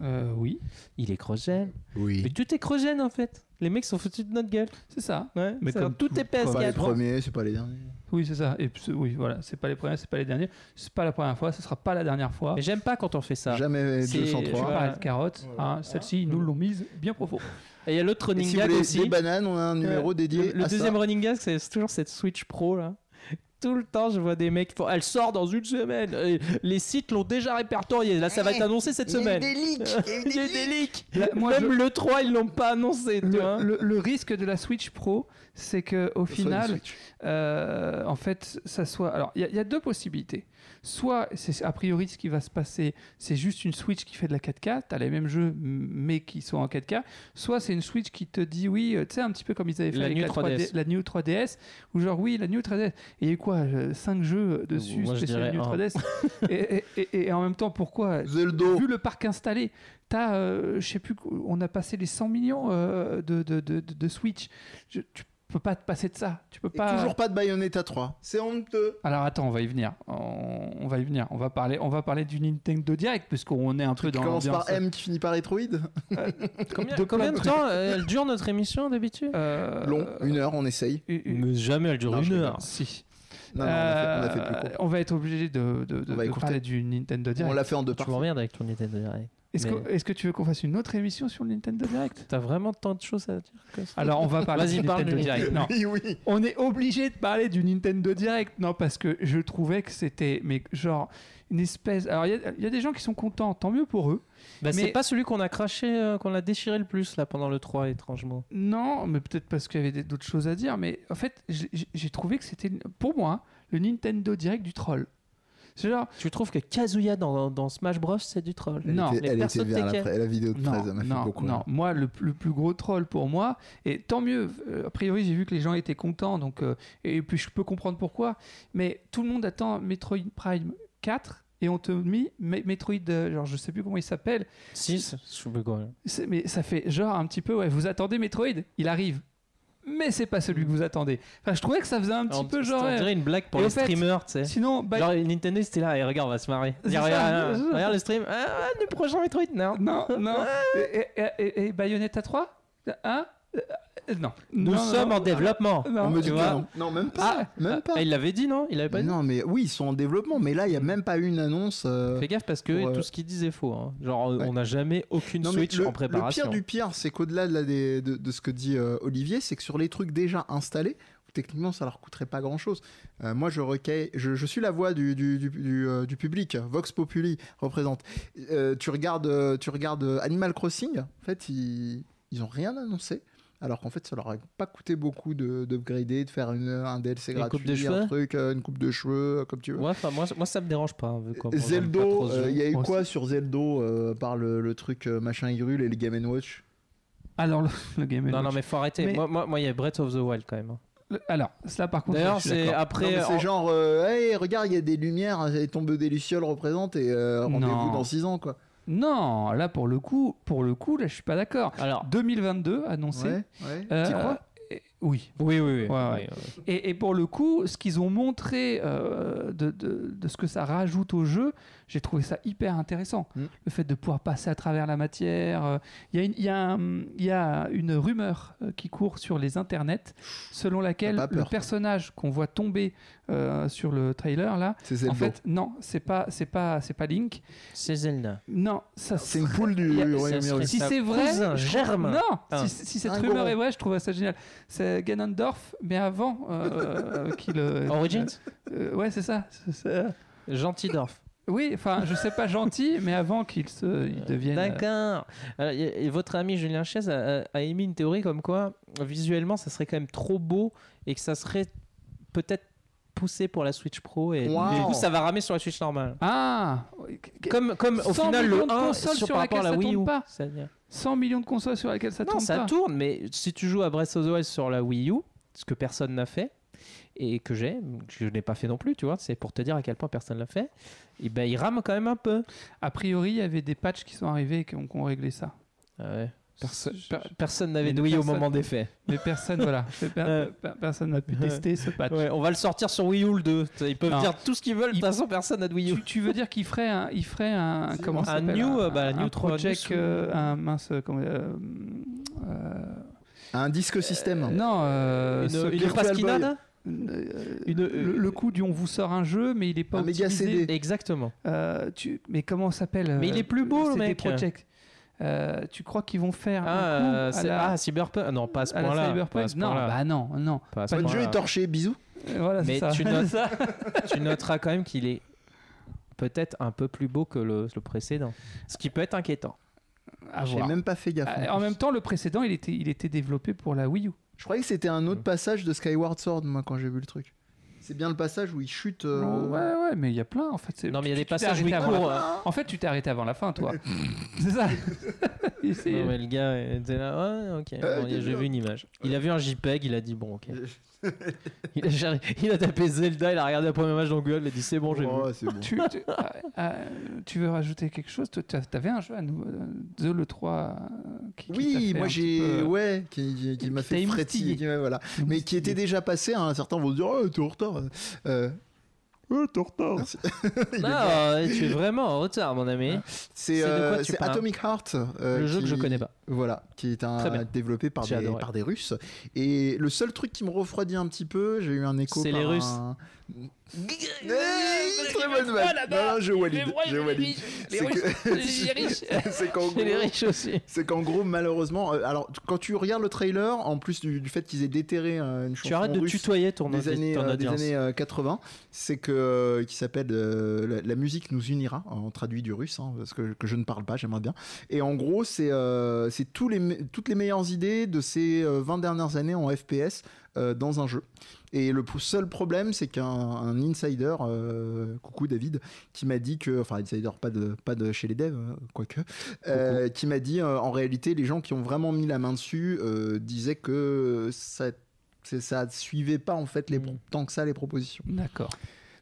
Speaker 3: Euh, oui,
Speaker 2: Il est cross-gen. Mais
Speaker 1: Oui.
Speaker 2: tout est cross-gen en fait. Les mecs sont foutus de notre gueule.
Speaker 3: c'est ça.
Speaker 2: Ouais,
Speaker 3: Mais
Speaker 2: ça-
Speaker 3: comme
Speaker 2: tout,
Speaker 3: tout,
Speaker 2: est
Speaker 1: C'est pas les
Speaker 2: PS4.
Speaker 1: premiers, c'est pas les derniers.
Speaker 3: Oui, c'est ça. Et puis, c'est- oui, voilà, c'est pas les premiers, c'est pas les derniers. C'est pas la première fois, ce sera pas la dernière fois.
Speaker 2: Mais j'aime pas quand on fait ça.
Speaker 1: Jamais
Speaker 2: C'est-
Speaker 3: Tu
Speaker 2: Voilà.
Speaker 1: 203.
Speaker 3: parlais de carottes, hein, celle-ci, ils nous l'ont mise bien profond.
Speaker 2: Et il y a l'autre
Speaker 1: Et
Speaker 2: running
Speaker 1: si vous
Speaker 2: gag
Speaker 1: voulez
Speaker 2: aussi.
Speaker 1: des bananes, on a un numéro
Speaker 2: Euh,
Speaker 1: dédié.
Speaker 2: Le, le
Speaker 1: à ça.
Speaker 2: deuxième running gag, c'est c'est toujours cette Switch Pro là. Tout le temps, je vois des mecs. qui font, Elle sort dans une semaine. Et les sites l'ont déjà répertorié. Là, ça va
Speaker 1: Eh,
Speaker 2: être annoncé cette
Speaker 1: Il y a eu
Speaker 2: semaine.
Speaker 1: des leaks, il y a eu
Speaker 2: Il y a eu
Speaker 1: des
Speaker 2: des
Speaker 1: leaks.
Speaker 2: leaks.
Speaker 3: Là, moi,
Speaker 2: Même le 3, ils l'ont pas annoncé. tu vois.
Speaker 3: Le, le- le risque de la Switch Pro, c'est que
Speaker 1: Ça soit une
Speaker 3: au final,
Speaker 1: Switch.
Speaker 3: euh, en fait, ça soit. Alors, il y a- il y, a deux possibilités. Soit, c'est a priori ce qui va se passer, c'est juste une Switch qui fait de la 4K, t'as les mêmes jeux m- mais qui sont en 4K. Soit c'est une Switch qui te dit oui, euh, tu sais un petit peu comme ils avaient fait
Speaker 2: La
Speaker 3: avec
Speaker 2: New
Speaker 3: la 3D
Speaker 2: 3DS.
Speaker 3: la New 3DS, ou genre oui la New 3DS. Et il y a eu quoi, 5 jeux euh, dessus
Speaker 2: Moi, je
Speaker 3: spécial
Speaker 2: dirais
Speaker 3: New
Speaker 2: un.
Speaker 3: 3DS. et, et- et- et en même temps, pourquoi
Speaker 1: Zelda.
Speaker 3: vu le parc installé, t'as, euh, je sais plus, on a passé les 100 millions euh, de, de, de, de- de Switch. Je- tu peux pas te passer de ça. Tu peux
Speaker 1: Et
Speaker 3: pas.
Speaker 1: toujours pas de Bayonetta 3. C'est honteux.
Speaker 3: Alors attends, on va y venir. On, on va y venir. On va parler, on va parler du Nintendo Direct parce qu'on est un peu
Speaker 1: Qui
Speaker 3: dans
Speaker 1: commence
Speaker 3: l'ambiance. Euh,
Speaker 1: par M qui finit par Retroid.
Speaker 2: Combien,
Speaker 3: de
Speaker 2: de,
Speaker 3: plein
Speaker 2: combien
Speaker 3: de
Speaker 2: de temps euh, elle dure notre émission d'habitude
Speaker 3: Euh,
Speaker 1: Long, une heure, on essaye.
Speaker 3: une- une-
Speaker 2: Mais jamais elle dure
Speaker 1: Non, je
Speaker 2: une
Speaker 1: rigole.
Speaker 2: heure.
Speaker 3: Si.
Speaker 1: Non, non, on a fait, on a fait
Speaker 3: Euh,
Speaker 1: plus court.
Speaker 3: on va être obligé de, de, de-
Speaker 1: On va
Speaker 3: de
Speaker 1: écourter.
Speaker 3: parler du Nintendo
Speaker 1: On
Speaker 3: Direct.
Speaker 1: l'a fait en deux
Speaker 2: Tu
Speaker 1: parties.
Speaker 2: m'emmerdes avec ton Nintendo Direct.
Speaker 3: Est-ce que,
Speaker 2: mais-
Speaker 3: est-ce que tu veux qu'on fasse une autre émission sur le Nintendo Direct
Speaker 2: T'as vraiment tant de choses à dire que ça
Speaker 3: Alors on va parler
Speaker 2: Vas-y,
Speaker 3: du
Speaker 2: parle
Speaker 3: Nintendo
Speaker 2: du
Speaker 3: Direct.
Speaker 2: Nintendo.
Speaker 3: Non.
Speaker 1: Oui, oui.
Speaker 3: On est obligé de parler du Nintendo Direct, non Parce que je trouvais que c'était, mais genre une espèce. Alors il y a- il y, a des gens qui sont contents, tant mieux pour eux.
Speaker 2: Bah,
Speaker 3: Mais-
Speaker 2: C'est pas celui qu'on a craché, euh, qu'on a déchiré le plus là pendant le 3, étrangement.
Speaker 3: Non, mais peut-être parce qu'il y avait des- d'autres choses à dire. Mais en fait, j'ai- j'ai j'ai trouvé que c'était, pour moi, le Nintendo Direct du troll. C'est genre,
Speaker 2: Tu trouves que Kazuya dans, dans Smash Bros, c'est du troll
Speaker 3: Non,
Speaker 1: Elle était-
Speaker 2: les
Speaker 1: elle
Speaker 2: persos
Speaker 1: était vers
Speaker 2: de
Speaker 1: la,
Speaker 2: Tekken.
Speaker 1: la vidéo de
Speaker 3: non,
Speaker 1: 13, elle m'a fait
Speaker 3: non,
Speaker 1: beaucoup hein.
Speaker 3: non.
Speaker 1: rire.
Speaker 3: Moi, le, le plus gros troll pour moi, et tant mieux. euh, A priori, j'ai vu que les gens étaient contents, donc euh, et puis je peux comprendre pourquoi. Mais tout le monde attend Metroid Prime 4 et on te met Me- Metroid, euh, genre je sais plus comment il s'appelle.
Speaker 2: 6, je sais plus quoi.
Speaker 3: C'est- Mais ça fait genre un petit peu, ouais, vous attendez Metroid, il arrive. Mais c'est pas celui que vous attendez. Enfin, je trouvais que ça faisait un petit
Speaker 2: Alors,
Speaker 3: peu
Speaker 2: c'est-
Speaker 3: genre.
Speaker 2: On
Speaker 3: euh,
Speaker 2: dirait une blague pour
Speaker 3: Et
Speaker 2: les
Speaker 3: au fait,
Speaker 2: streamers, tu sais.
Speaker 3: Sinon, bah,
Speaker 2: Genre Nintendo, c'était là, et regarde, on va se marrer.
Speaker 3: C'est
Speaker 2: Regarde,
Speaker 3: ça,
Speaker 2: regarde,
Speaker 3: c'est ça.
Speaker 2: regarde le stream. Ah, ah, le prochain Metroid, non.
Speaker 3: non, non. et, et, et- et Bayonetta 3 Hein Euh, euh, Non.
Speaker 2: Nous sommes en développement.
Speaker 1: On me dit
Speaker 2: tu
Speaker 1: que
Speaker 2: vois.
Speaker 1: non. Non, même pas.
Speaker 3: Ah,
Speaker 1: même Euh, pas.
Speaker 2: Ah, il l'avait dit, non Il avait pas
Speaker 1: Mais
Speaker 2: dit
Speaker 1: non, mais oui, ils sont en développement, mais là, il n'y a même pas eu une annonce. euh,
Speaker 2: Fais gaffe parce que
Speaker 1: Pour, euh,
Speaker 2: tout ce qu'il disait est faux. hein. Genre, euh,
Speaker 1: Ouais.
Speaker 2: on n'a jamais aucune
Speaker 1: Non, mais
Speaker 2: Switch
Speaker 1: le,
Speaker 2: en préparation.
Speaker 1: le pire du pire, c'est qu'au-delà de, la- des- de, de ce que dit euh, Olivier, c'est que sur les trucs déjà installés, techniquement, ça leur coûterait pas grand-chose. Euh, moi, je, recueille, je, je suis la voix du, du, du, du, euh, du public. Vox Populi représente. Euh, tu regardes, euh, tu regardes euh, Animal Crossing, en fait, ils, ils ont rien annoncé. alors qu'en fait ça leur a pas coûté beaucoup de d'upgrader, de faire une, un DLC
Speaker 2: Une coupe de
Speaker 1: gratuit,
Speaker 2: cheveux
Speaker 1: un truc, euh, une coupe de cheveux, euh, comme tu veux.
Speaker 2: Ouais, enfin, moi, moi, ça me dérange pas. hein, vu qu'on- on aime pas
Speaker 1: Zeldo,
Speaker 2: trop ce
Speaker 1: euh,
Speaker 2: jeu.
Speaker 1: il y a eu
Speaker 3: moi
Speaker 1: quoi sur Zeldo euh, par le, le truc euh, machin Hyrule et les Game Watch
Speaker 3: Alors, le, le Game
Speaker 2: Non, non,
Speaker 3: Watch.
Speaker 2: mais faut arrêter.
Speaker 3: Mais-
Speaker 2: Moi, moi, moi, il y a Breath of the Wild quand même. hein.
Speaker 3: Le- Alors, ça par contre.
Speaker 2: D'ailleurs,
Speaker 3: je suis
Speaker 2: c'est
Speaker 3: d'accord.
Speaker 1: Non,
Speaker 2: après.
Speaker 1: mais C'est
Speaker 2: en-
Speaker 1: genre, euh, hey, regarde, il y a des lumières, hein, les tombes des Lucioles représentent et euh, rendez-vous
Speaker 3: Non.
Speaker 1: dans 6 ans quoi.
Speaker 3: Non, là pour le coup, pour le coup, là je suis pas d'accord.
Speaker 2: Alors,
Speaker 3: 2022 annoncé.
Speaker 1: Ouais, ouais.
Speaker 3: Euh,
Speaker 1: T'y crois
Speaker 3: et- Oui.
Speaker 2: oui, oui, oui.
Speaker 3: Ouais, ouais.
Speaker 2: Oui, euh,
Speaker 3: Et, et pour le coup, ce qu'ils ont montré euh, de, de- de ce que ça rajoute au jeu, j'ai trouvé ça hyper intéressant.
Speaker 1: Mm.
Speaker 3: Le fait de pouvoir passer à travers la matière. euh, Il y, a une- il y a un- il y a une rumeur euh, qui court sur les internets selon laquelle
Speaker 1: pas peur,
Speaker 3: le
Speaker 1: toi.
Speaker 3: personnage qu'on voit tomber euh, sur le trailer là,
Speaker 1: C'est Zelda.
Speaker 3: en fait, non, c'est pas, c'est pas, c'est pas Link.
Speaker 2: C'est Zelda.
Speaker 3: Non, ça
Speaker 1: c'est une poule du
Speaker 3: Il y a-
Speaker 1: Royaume
Speaker 2: ça
Speaker 1: Hyrule.
Speaker 3: Si
Speaker 2: Sa
Speaker 3: c'est vrai,
Speaker 2: cousin,
Speaker 3: je trouve-
Speaker 2: germe.
Speaker 3: Non,
Speaker 2: Ah.
Speaker 3: si, si cette
Speaker 1: Un
Speaker 3: rumeur
Speaker 1: goron.
Speaker 3: est vraie, je trouve ça génial. C'est Ganondorf, mais avant euh, euh, qu'il. euh,
Speaker 2: Origins
Speaker 3: euh, Ouais, c'est ça. c'est ça.
Speaker 2: Gentil Dorf.
Speaker 3: Oui, enfin, je sais pas gentil, mais avant qu'il se, il devienne. euh,
Speaker 2: D'accord. Alors, y- et votre ami Julien Chiez a, a- a émis une théorie comme quoi, visuellement, ça serait quand même trop beau et que ça serait peut-être poussé pour la Switch Pro. Et
Speaker 1: Wow.
Speaker 2: du coup, ça va ramer sur la Switch normale.
Speaker 3: Ah
Speaker 2: Comme, comme au
Speaker 3: 100
Speaker 2: final,
Speaker 3: millions
Speaker 2: le
Speaker 3: de
Speaker 2: 1
Speaker 3: consoles sur
Speaker 2: sur, par rapport à
Speaker 3: laquelle
Speaker 2: la
Speaker 3: ça
Speaker 2: Wii
Speaker 3: tourne
Speaker 2: U.
Speaker 3: pas.
Speaker 2: C'est-à-dire-
Speaker 3: 100 millions de consoles sur lesquelles ça
Speaker 2: non,
Speaker 3: tourne
Speaker 2: ça
Speaker 3: pas.
Speaker 2: tourne, mais si tu joues à Breath of the Wild sur la Wii U, ce que personne n'a fait, et que j'ai, que je n'ai pas fait non plus, tu vois, c'est pour te dire à quel point personne l'a fait, et ben il rame quand même un peu.
Speaker 3: A priori, il y avait des patchs qui sont arrivés et qui ont, qui ont réglé ça.
Speaker 2: Ah ouais. Perso-
Speaker 3: Je-
Speaker 2: per- personne n'avait
Speaker 3: Mais
Speaker 2: de Wii au
Speaker 3: personne-
Speaker 2: moment des faits.
Speaker 3: Mais personne, voilà, per-
Speaker 2: Euh.
Speaker 3: per- personne n'a pu tester ce patch.
Speaker 2: Ouais, on va le sortir sur Wii U le 2. Ils peuvent
Speaker 3: Non.
Speaker 2: dire tout ce qu'ils veulent, de
Speaker 3: Il-
Speaker 2: toute façon personne n'a de Wii U.
Speaker 3: Tu, tu veux dire qu'il ferait un, il ferait un,
Speaker 1: Si,
Speaker 3: comment
Speaker 1: un
Speaker 3: ça s'appelle,
Speaker 2: new,
Speaker 3: un,
Speaker 2: euh, bah,
Speaker 3: un
Speaker 2: new tro-
Speaker 3: project,
Speaker 2: new-
Speaker 3: euh, un mince, euh, comment, euh, euh,
Speaker 1: Un disque système.
Speaker 3: non, euh, ce-
Speaker 2: une
Speaker 1: Virtual
Speaker 2: une pasquinade
Speaker 1: Boy.
Speaker 3: euh,
Speaker 2: une-
Speaker 3: le, le coup du on vous sort un jeu, mais il est pas
Speaker 1: Un méga
Speaker 3: optimisé.
Speaker 1: CD.
Speaker 2: Exactement.
Speaker 3: Euh, tu, mais comment ça s'appelle
Speaker 2: Mais il
Speaker 3: euh,
Speaker 2: est plus beau, le
Speaker 3: CD
Speaker 2: mec.
Speaker 3: Projekt. Euh, tu crois qu'ils vont faire
Speaker 2: Ah,
Speaker 3: un coup
Speaker 2: euh,
Speaker 3: à
Speaker 2: c'est-
Speaker 3: la,
Speaker 2: ah, Cyberpunk. Non, pas à ce
Speaker 3: à la
Speaker 2: point-là. Pas à
Speaker 3: Cyberpunk
Speaker 2: ce
Speaker 3: Non,
Speaker 2: point-là.
Speaker 3: bah non, non.
Speaker 2: Pas à ce
Speaker 1: Bonne jeu
Speaker 2: point-là.
Speaker 1: est torché, bisous.
Speaker 3: Euh, Voilà, c'est
Speaker 2: Mais
Speaker 3: ça.
Speaker 2: tu notes- tu noteras quand même qu'il est peut-être un peu plus beau que le, le précédent. Ce qui peut être inquiétant.
Speaker 3: À
Speaker 1: J'ai
Speaker 3: voir.
Speaker 1: même pas fait gaffe.
Speaker 3: Ah,
Speaker 1: en
Speaker 3: En
Speaker 1: plus.
Speaker 3: même temps, le précédent, il était, il était développé pour la Wii U.
Speaker 1: Je croyais que c'était un autre passage de Skyward Sword, moi, quand j'ai vu le truc. C'est bien le passage où il chute. euh,
Speaker 3: Ouais, ouais, mais il y a plein en fait. c'est-
Speaker 2: Non, mais il y a
Speaker 3: tu-
Speaker 2: des
Speaker 3: tu t'es
Speaker 2: passages
Speaker 3: arrêté
Speaker 2: oui
Speaker 3: avant la
Speaker 2: courts.
Speaker 3: fin.
Speaker 2: hein.
Speaker 3: En fait, tu t'es arrêté avant la fin, toi. c'est ça. Et c'est-
Speaker 2: Non, mais le gars était là, ouais, ok.
Speaker 1: Euh,
Speaker 2: Bon, il- J'ai
Speaker 1: bien.
Speaker 2: vu une image. Il a vu un JPEG, il a dit bon, ok. Il a, cherché- il a tapé Zelda, il a regardé la première image dans Google, il a dit c'est bon, j'ai vu.
Speaker 1: euh, Ouais, c'est bon.
Speaker 3: Tu, tu- ah, ah, tu veux rajouter quelque chose Toi, tu avais un jeu à nous, euh, The Le 3. euh, qui- qui t'a
Speaker 1: Oui,
Speaker 3: fait un
Speaker 1: moi
Speaker 3: petit
Speaker 1: j'ai.
Speaker 3: peu, euh,
Speaker 1: Ouais, qui, qui- qui
Speaker 3: qui
Speaker 1: m'a
Speaker 3: t'a
Speaker 1: fait frétiller.
Speaker 3: émoustillé.
Speaker 1: qui- ouais, voilà. Mais qui était déjà passé, hein. certains vont se dire Oh, t'es en retard. Euh, Oh, t'es en retard. Il est
Speaker 2: Non,
Speaker 1: bien.
Speaker 2: euh, tu es vraiment en retard, mon ami.
Speaker 1: C'est
Speaker 2: de quoi
Speaker 1: euh,
Speaker 2: tu
Speaker 1: c'est
Speaker 2: parles
Speaker 1: Atomic Heart. euh,
Speaker 2: le jeu que
Speaker 1: qui-
Speaker 2: je connais pas.
Speaker 1: Voilà, qui est
Speaker 2: Très bien.
Speaker 1: un développé par
Speaker 2: J'ai
Speaker 1: des,
Speaker 2: adoré.
Speaker 1: par des Russes. Et le seul truc qui me refroidit un petit peu, j'ai eu un écho.
Speaker 2: C'est
Speaker 1: par
Speaker 2: les
Speaker 1: un-
Speaker 2: Russes. Oh,
Speaker 1: Eh, Très bonne vanne. Non, non, je valide. Je valide. C'est que- C'est qu'en
Speaker 2: Et les
Speaker 1: gros-
Speaker 2: riches aussi.
Speaker 1: c'est qu'en gros, malheureusement, euh, alors t- quand tu regardes le trailer, en plus du, du fait qu'ils aient déterré euh, une chanson
Speaker 2: Tu arrêtes de
Speaker 1: russe
Speaker 2: tutoyer ton,
Speaker 1: des
Speaker 2: audi-
Speaker 1: années,
Speaker 2: ton
Speaker 1: euh, des
Speaker 2: audience.
Speaker 1: années euh, 80, c'est que euh, qui s'appelle euh, la, La musique nous unira en traduit du russe hein, parce que, que je ne parle pas, j'aimerais bien. Et en gros, c'est euh, c'est tous les me- toutes les meilleures idées de ces euh, 20 dernières années en FPS euh, dans un jeu. Et le p- seul problème, c'est qu'un un insider, euh, coucou David, qui m'a dit que, enfin insider, pas de, pas de chez les devs, hein, quoique, euh, qui m'a dit euh, en réalité, les gens qui ont vraiment mis la main dessus euh, disaient que ça, c'est- ça suivait pas en fait les, pro-
Speaker 2: Mm.
Speaker 1: tant que ça les propositions.
Speaker 3: euh, D'accord.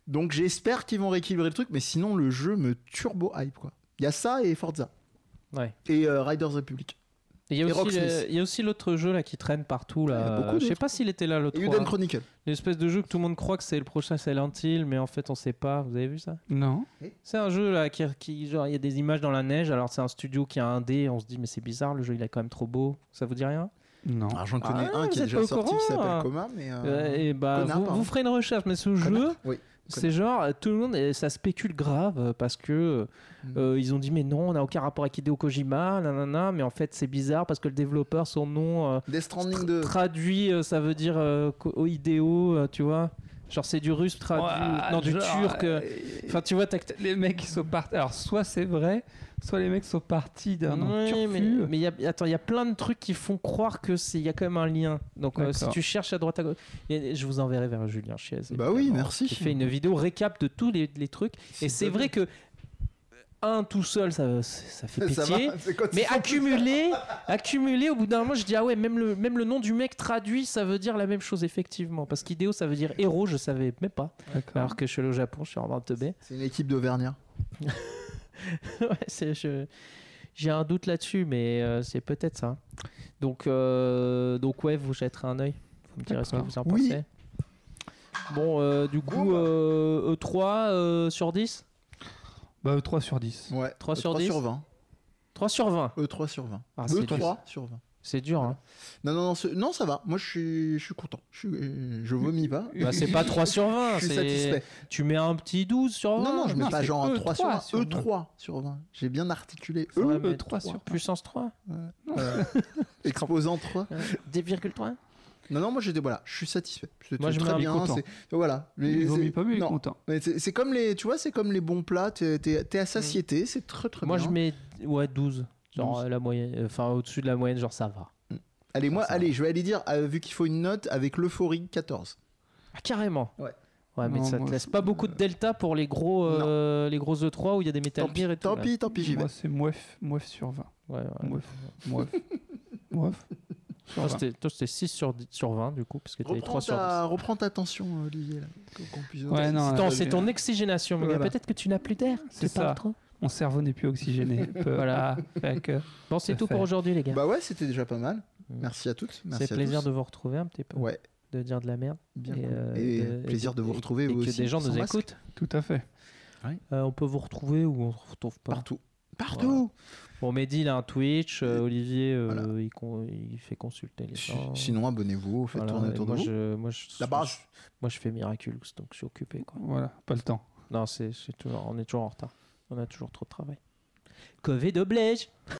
Speaker 1: Donc j'espère qu'ils vont rééquilibrer le truc, mais sinon le jeu me turbo hype quoi. Il y a ça et Forza
Speaker 2: Ouais.
Speaker 1: et euh, Riders Republic.
Speaker 2: Et Il y a
Speaker 1: Et
Speaker 2: aussi
Speaker 1: Rocksmith.
Speaker 2: le- il y a aussi l'autre jeu là qui traîne partout
Speaker 1: Il y en a
Speaker 2: là.
Speaker 1: beaucoup
Speaker 2: Je sais
Speaker 1: d'autres.
Speaker 2: pas s'il était là l'autre.
Speaker 1: Et Uden Chronicle.
Speaker 2: L'espèce de jeu que tout le monde croit que c'est le prochain Silent Hill, mais en fait on sait pas. Vous avez vu ça
Speaker 3: Non.
Speaker 2: C'est un jeu là qui, qui- genre il y a des images dans la neige. Alors c'est un studio qui a un dé. On se dit mais c'est bizarre, le jeu il est quand même trop beau. Ça vous dit rien
Speaker 3: Non.
Speaker 1: Alors j'en connais
Speaker 2: Ah,
Speaker 1: un qui
Speaker 2: vous
Speaker 1: est
Speaker 2: êtes
Speaker 1: déjà
Speaker 2: pas au
Speaker 1: sorti
Speaker 2: courant,
Speaker 1: qui
Speaker 2: hein.
Speaker 1: s'appelle Coma, mais euh,
Speaker 2: Euh, Et bah
Speaker 1: Connard,
Speaker 2: vous,
Speaker 1: pardon.
Speaker 2: vous ferez une recherche, mais ce
Speaker 1: Connard.
Speaker 2: jeu.
Speaker 1: Oui.
Speaker 2: C'est genre euh, tout le monde et ça spécule grave euh, parce que
Speaker 1: Hmm.
Speaker 2: euh, ils ont dit mais non on n'a aucun rapport avec Hideo Kojima nanana mais en fait c'est bizarre parce que le développeur son nom euh,
Speaker 1: Death Stranding
Speaker 2: Tra-
Speaker 1: 2.
Speaker 2: Traduit, oh, euh, ça veut dire euh, co- au idéo, euh, tu vois. Genre, c'est du russe traduit.
Speaker 3: Ouah,
Speaker 2: non, du
Speaker 3: genre,
Speaker 2: turc. euh,
Speaker 3: euh,
Speaker 2: Enfin, tu vois, t'as que-
Speaker 3: les mecs qui sont partis. Alors, soit c'est vrai, soit les mecs sont partis d'un nom
Speaker 2: Ouais, mais
Speaker 3: turfu.
Speaker 2: mais il y a, attends, il y a plein de trucs qui font croire que c'est, il y a quand même un lien. Donc euh, si
Speaker 3: D'accord.
Speaker 2: tu cherches à droite à gauche, et je vous enverrai vers Julien Chiez.
Speaker 1: Bah oui,
Speaker 2: évidemment,
Speaker 1: merci.
Speaker 2: Qui fait une vidéo récap de tous les, les trucs. Et c'est vrai que euh, un tout seul, ça, ça fait
Speaker 1: Ça
Speaker 2: pitié.
Speaker 1: va, c'est quand
Speaker 2: Mais
Speaker 1: ils sont
Speaker 2: accumulé, accumulé, au bout d'un moment, je dis ah ouais, même le, même le nom du mec traduit, ça veut dire la même chose effectivement. Parce qu'idéo, ça veut dire héros, je savais même pas. Alors que je suis allé au Japon, je suis en train de te baie.
Speaker 1: C'est une équipe d'Auvergnat.
Speaker 2: ouais, c'est- je- j'ai un doute là-dessus, mais euh, c'est peut-être ça. Donc, euh, donc ouais, vous jetterez un œil. Vous me direz ce que
Speaker 3: D'accord.
Speaker 2: vous en
Speaker 1: Oui.
Speaker 2: pensez. Bon, euh, du coup,
Speaker 1: Bon, bah.
Speaker 2: euh, 3 sur 10
Speaker 3: Bah, 3 sur 10.
Speaker 1: Ouais.
Speaker 2: 3 sur 10.
Speaker 1: 3 Euh, sur 20.
Speaker 2: 3 sur 20.
Speaker 1: E3 sur 20.
Speaker 2: Ah, c'est dur.
Speaker 1: E3 sur 20.
Speaker 2: C'est dur. hein.
Speaker 1: Non, non, non, ce- non, ça va. Moi, je suis, je suis content. Je, suis- je vomis pas.
Speaker 2: Bah, c'est pas 3 sur
Speaker 1: Je
Speaker 2: 20.
Speaker 1: suis
Speaker 2: c'est- Oh,
Speaker 1: satisfait.
Speaker 2: Tu mets un petit 12 sur 20.
Speaker 1: Non, non, je mets
Speaker 3: non,
Speaker 1: pas
Speaker 3: c'est
Speaker 2: E
Speaker 1: genre un
Speaker 3: E3
Speaker 1: 3 sur 20.
Speaker 3: sur vingt.
Speaker 1: E3 sur 20. J'ai bien articulé
Speaker 2: Ça va
Speaker 1: E.
Speaker 2: mettre
Speaker 3: trois sur
Speaker 2: Puissance 3.
Speaker 1: euh, exposant 3.
Speaker 2: euh, 2,3.
Speaker 1: Non, non, moi, j'étais. Voilà, je suis satisfait. C'était
Speaker 2: Moi, je mets
Speaker 1: très
Speaker 2: un
Speaker 1: bien.
Speaker 3: content.
Speaker 1: c'est- Voilà. Mais
Speaker 3: Il vaut
Speaker 1: c'est-
Speaker 3: mieux pas mieux, hein. il est
Speaker 1: non.
Speaker 3: content.
Speaker 1: Mais c'est c'est comme les, tu vois, c'est comme les bons plats. T'es t'es- t'es à satiété, c'est très très
Speaker 2: Mm. Moi,
Speaker 1: bien.
Speaker 2: je mets ouais, 12. Genre
Speaker 1: 12.
Speaker 2: euh, la moyenne. Enfin, au-dessus de la moyenne, genre ça va.
Speaker 1: Allez, moi,
Speaker 2: Ça, ça
Speaker 1: allez, je vais aller dire, euh, vu qu'il faut une note avec l'euphorie 14.
Speaker 2: Ah, carrément.
Speaker 1: Ouais.
Speaker 2: Ouais, mais
Speaker 3: Non,
Speaker 2: ça te
Speaker 3: moi,
Speaker 2: laisse
Speaker 3: je-
Speaker 2: pas beaucoup de delta pour les gros, euh, les gros E3 où il y a des Metal
Speaker 1: euh, Tant pis,
Speaker 2: Gear et tout.
Speaker 1: tant
Speaker 2: là.
Speaker 1: pis, tant pis, j'y vais.
Speaker 3: Moi, c'est moef, moef sur 20.
Speaker 2: Ouais, ouais.
Speaker 3: Moef. Moef. moef. Sur
Speaker 2: Toi,
Speaker 3: 20.
Speaker 2: c'était- toi, c'était 6 sur, dix- sur 20, du coup, parce que t'as eu
Speaker 1: Reprends
Speaker 2: 3 sur 10.
Speaker 1: ta, Ah, reprends ta tension, euh, Olivier. Là, qu'on- qu'on puisse
Speaker 3: Ouais,
Speaker 1: noter.
Speaker 3: non, là,
Speaker 2: Attends,
Speaker 3: là,
Speaker 2: c'est
Speaker 3: j'ai-
Speaker 2: ton oxygénation, mon gars.
Speaker 3: Voilà.
Speaker 2: Peut-être que tu n'as plus d'air.
Speaker 3: C'est
Speaker 2: Tu parles
Speaker 3: ça.
Speaker 2: trop.
Speaker 3: Mon cerveau n'est plus oxygéné.
Speaker 2: Voilà.
Speaker 3: voilà. Fait que-
Speaker 2: Bon, c'est
Speaker 3: Tout à
Speaker 2: tout
Speaker 3: fait.
Speaker 2: pour aujourd'hui, les gars.
Speaker 1: Bah ouais, c'était déjà pas mal.
Speaker 2: Mm.
Speaker 1: Merci à toutes. Merci
Speaker 2: c'est
Speaker 1: à
Speaker 2: plaisir
Speaker 1: tous.
Speaker 2: de vous retrouver un petit peu,
Speaker 1: Ouais,
Speaker 2: de dire de la merde.
Speaker 1: bien.
Speaker 2: et,
Speaker 1: cool.
Speaker 2: euh,
Speaker 1: et
Speaker 2: de-
Speaker 1: plaisir
Speaker 2: et-
Speaker 1: de vous retrouver
Speaker 2: et
Speaker 1: vous
Speaker 2: que
Speaker 1: aussi.
Speaker 2: des gens
Speaker 1: sans
Speaker 2: nous
Speaker 1: masque.
Speaker 2: écoutent.
Speaker 3: tout à fait.
Speaker 2: Euh, on peut vous retrouver ou on se retrouve pas.
Speaker 1: partout, partout.
Speaker 2: Bon, Mehdi, il a un Twitch. euh,
Speaker 1: Bah. Et-
Speaker 2: Olivier, euh,
Speaker 1: voilà.
Speaker 2: il, con- il fait consulter les
Speaker 1: Si-
Speaker 2: gens.
Speaker 1: Sinon, abonnez-vous, faites
Speaker 2: Voilà,
Speaker 1: tourner
Speaker 2: et
Speaker 1: autour de
Speaker 2: moi,
Speaker 1: vous.
Speaker 2: je, moi, je-
Speaker 1: La base.
Speaker 2: je- moi, je fais Miraculous, donc je suis occupé. Quoi.
Speaker 3: Voilà, pas le temps.
Speaker 2: Non, c'est c'est toujours, on est toujours en retard. On a toujours trop de travail. Covid oblige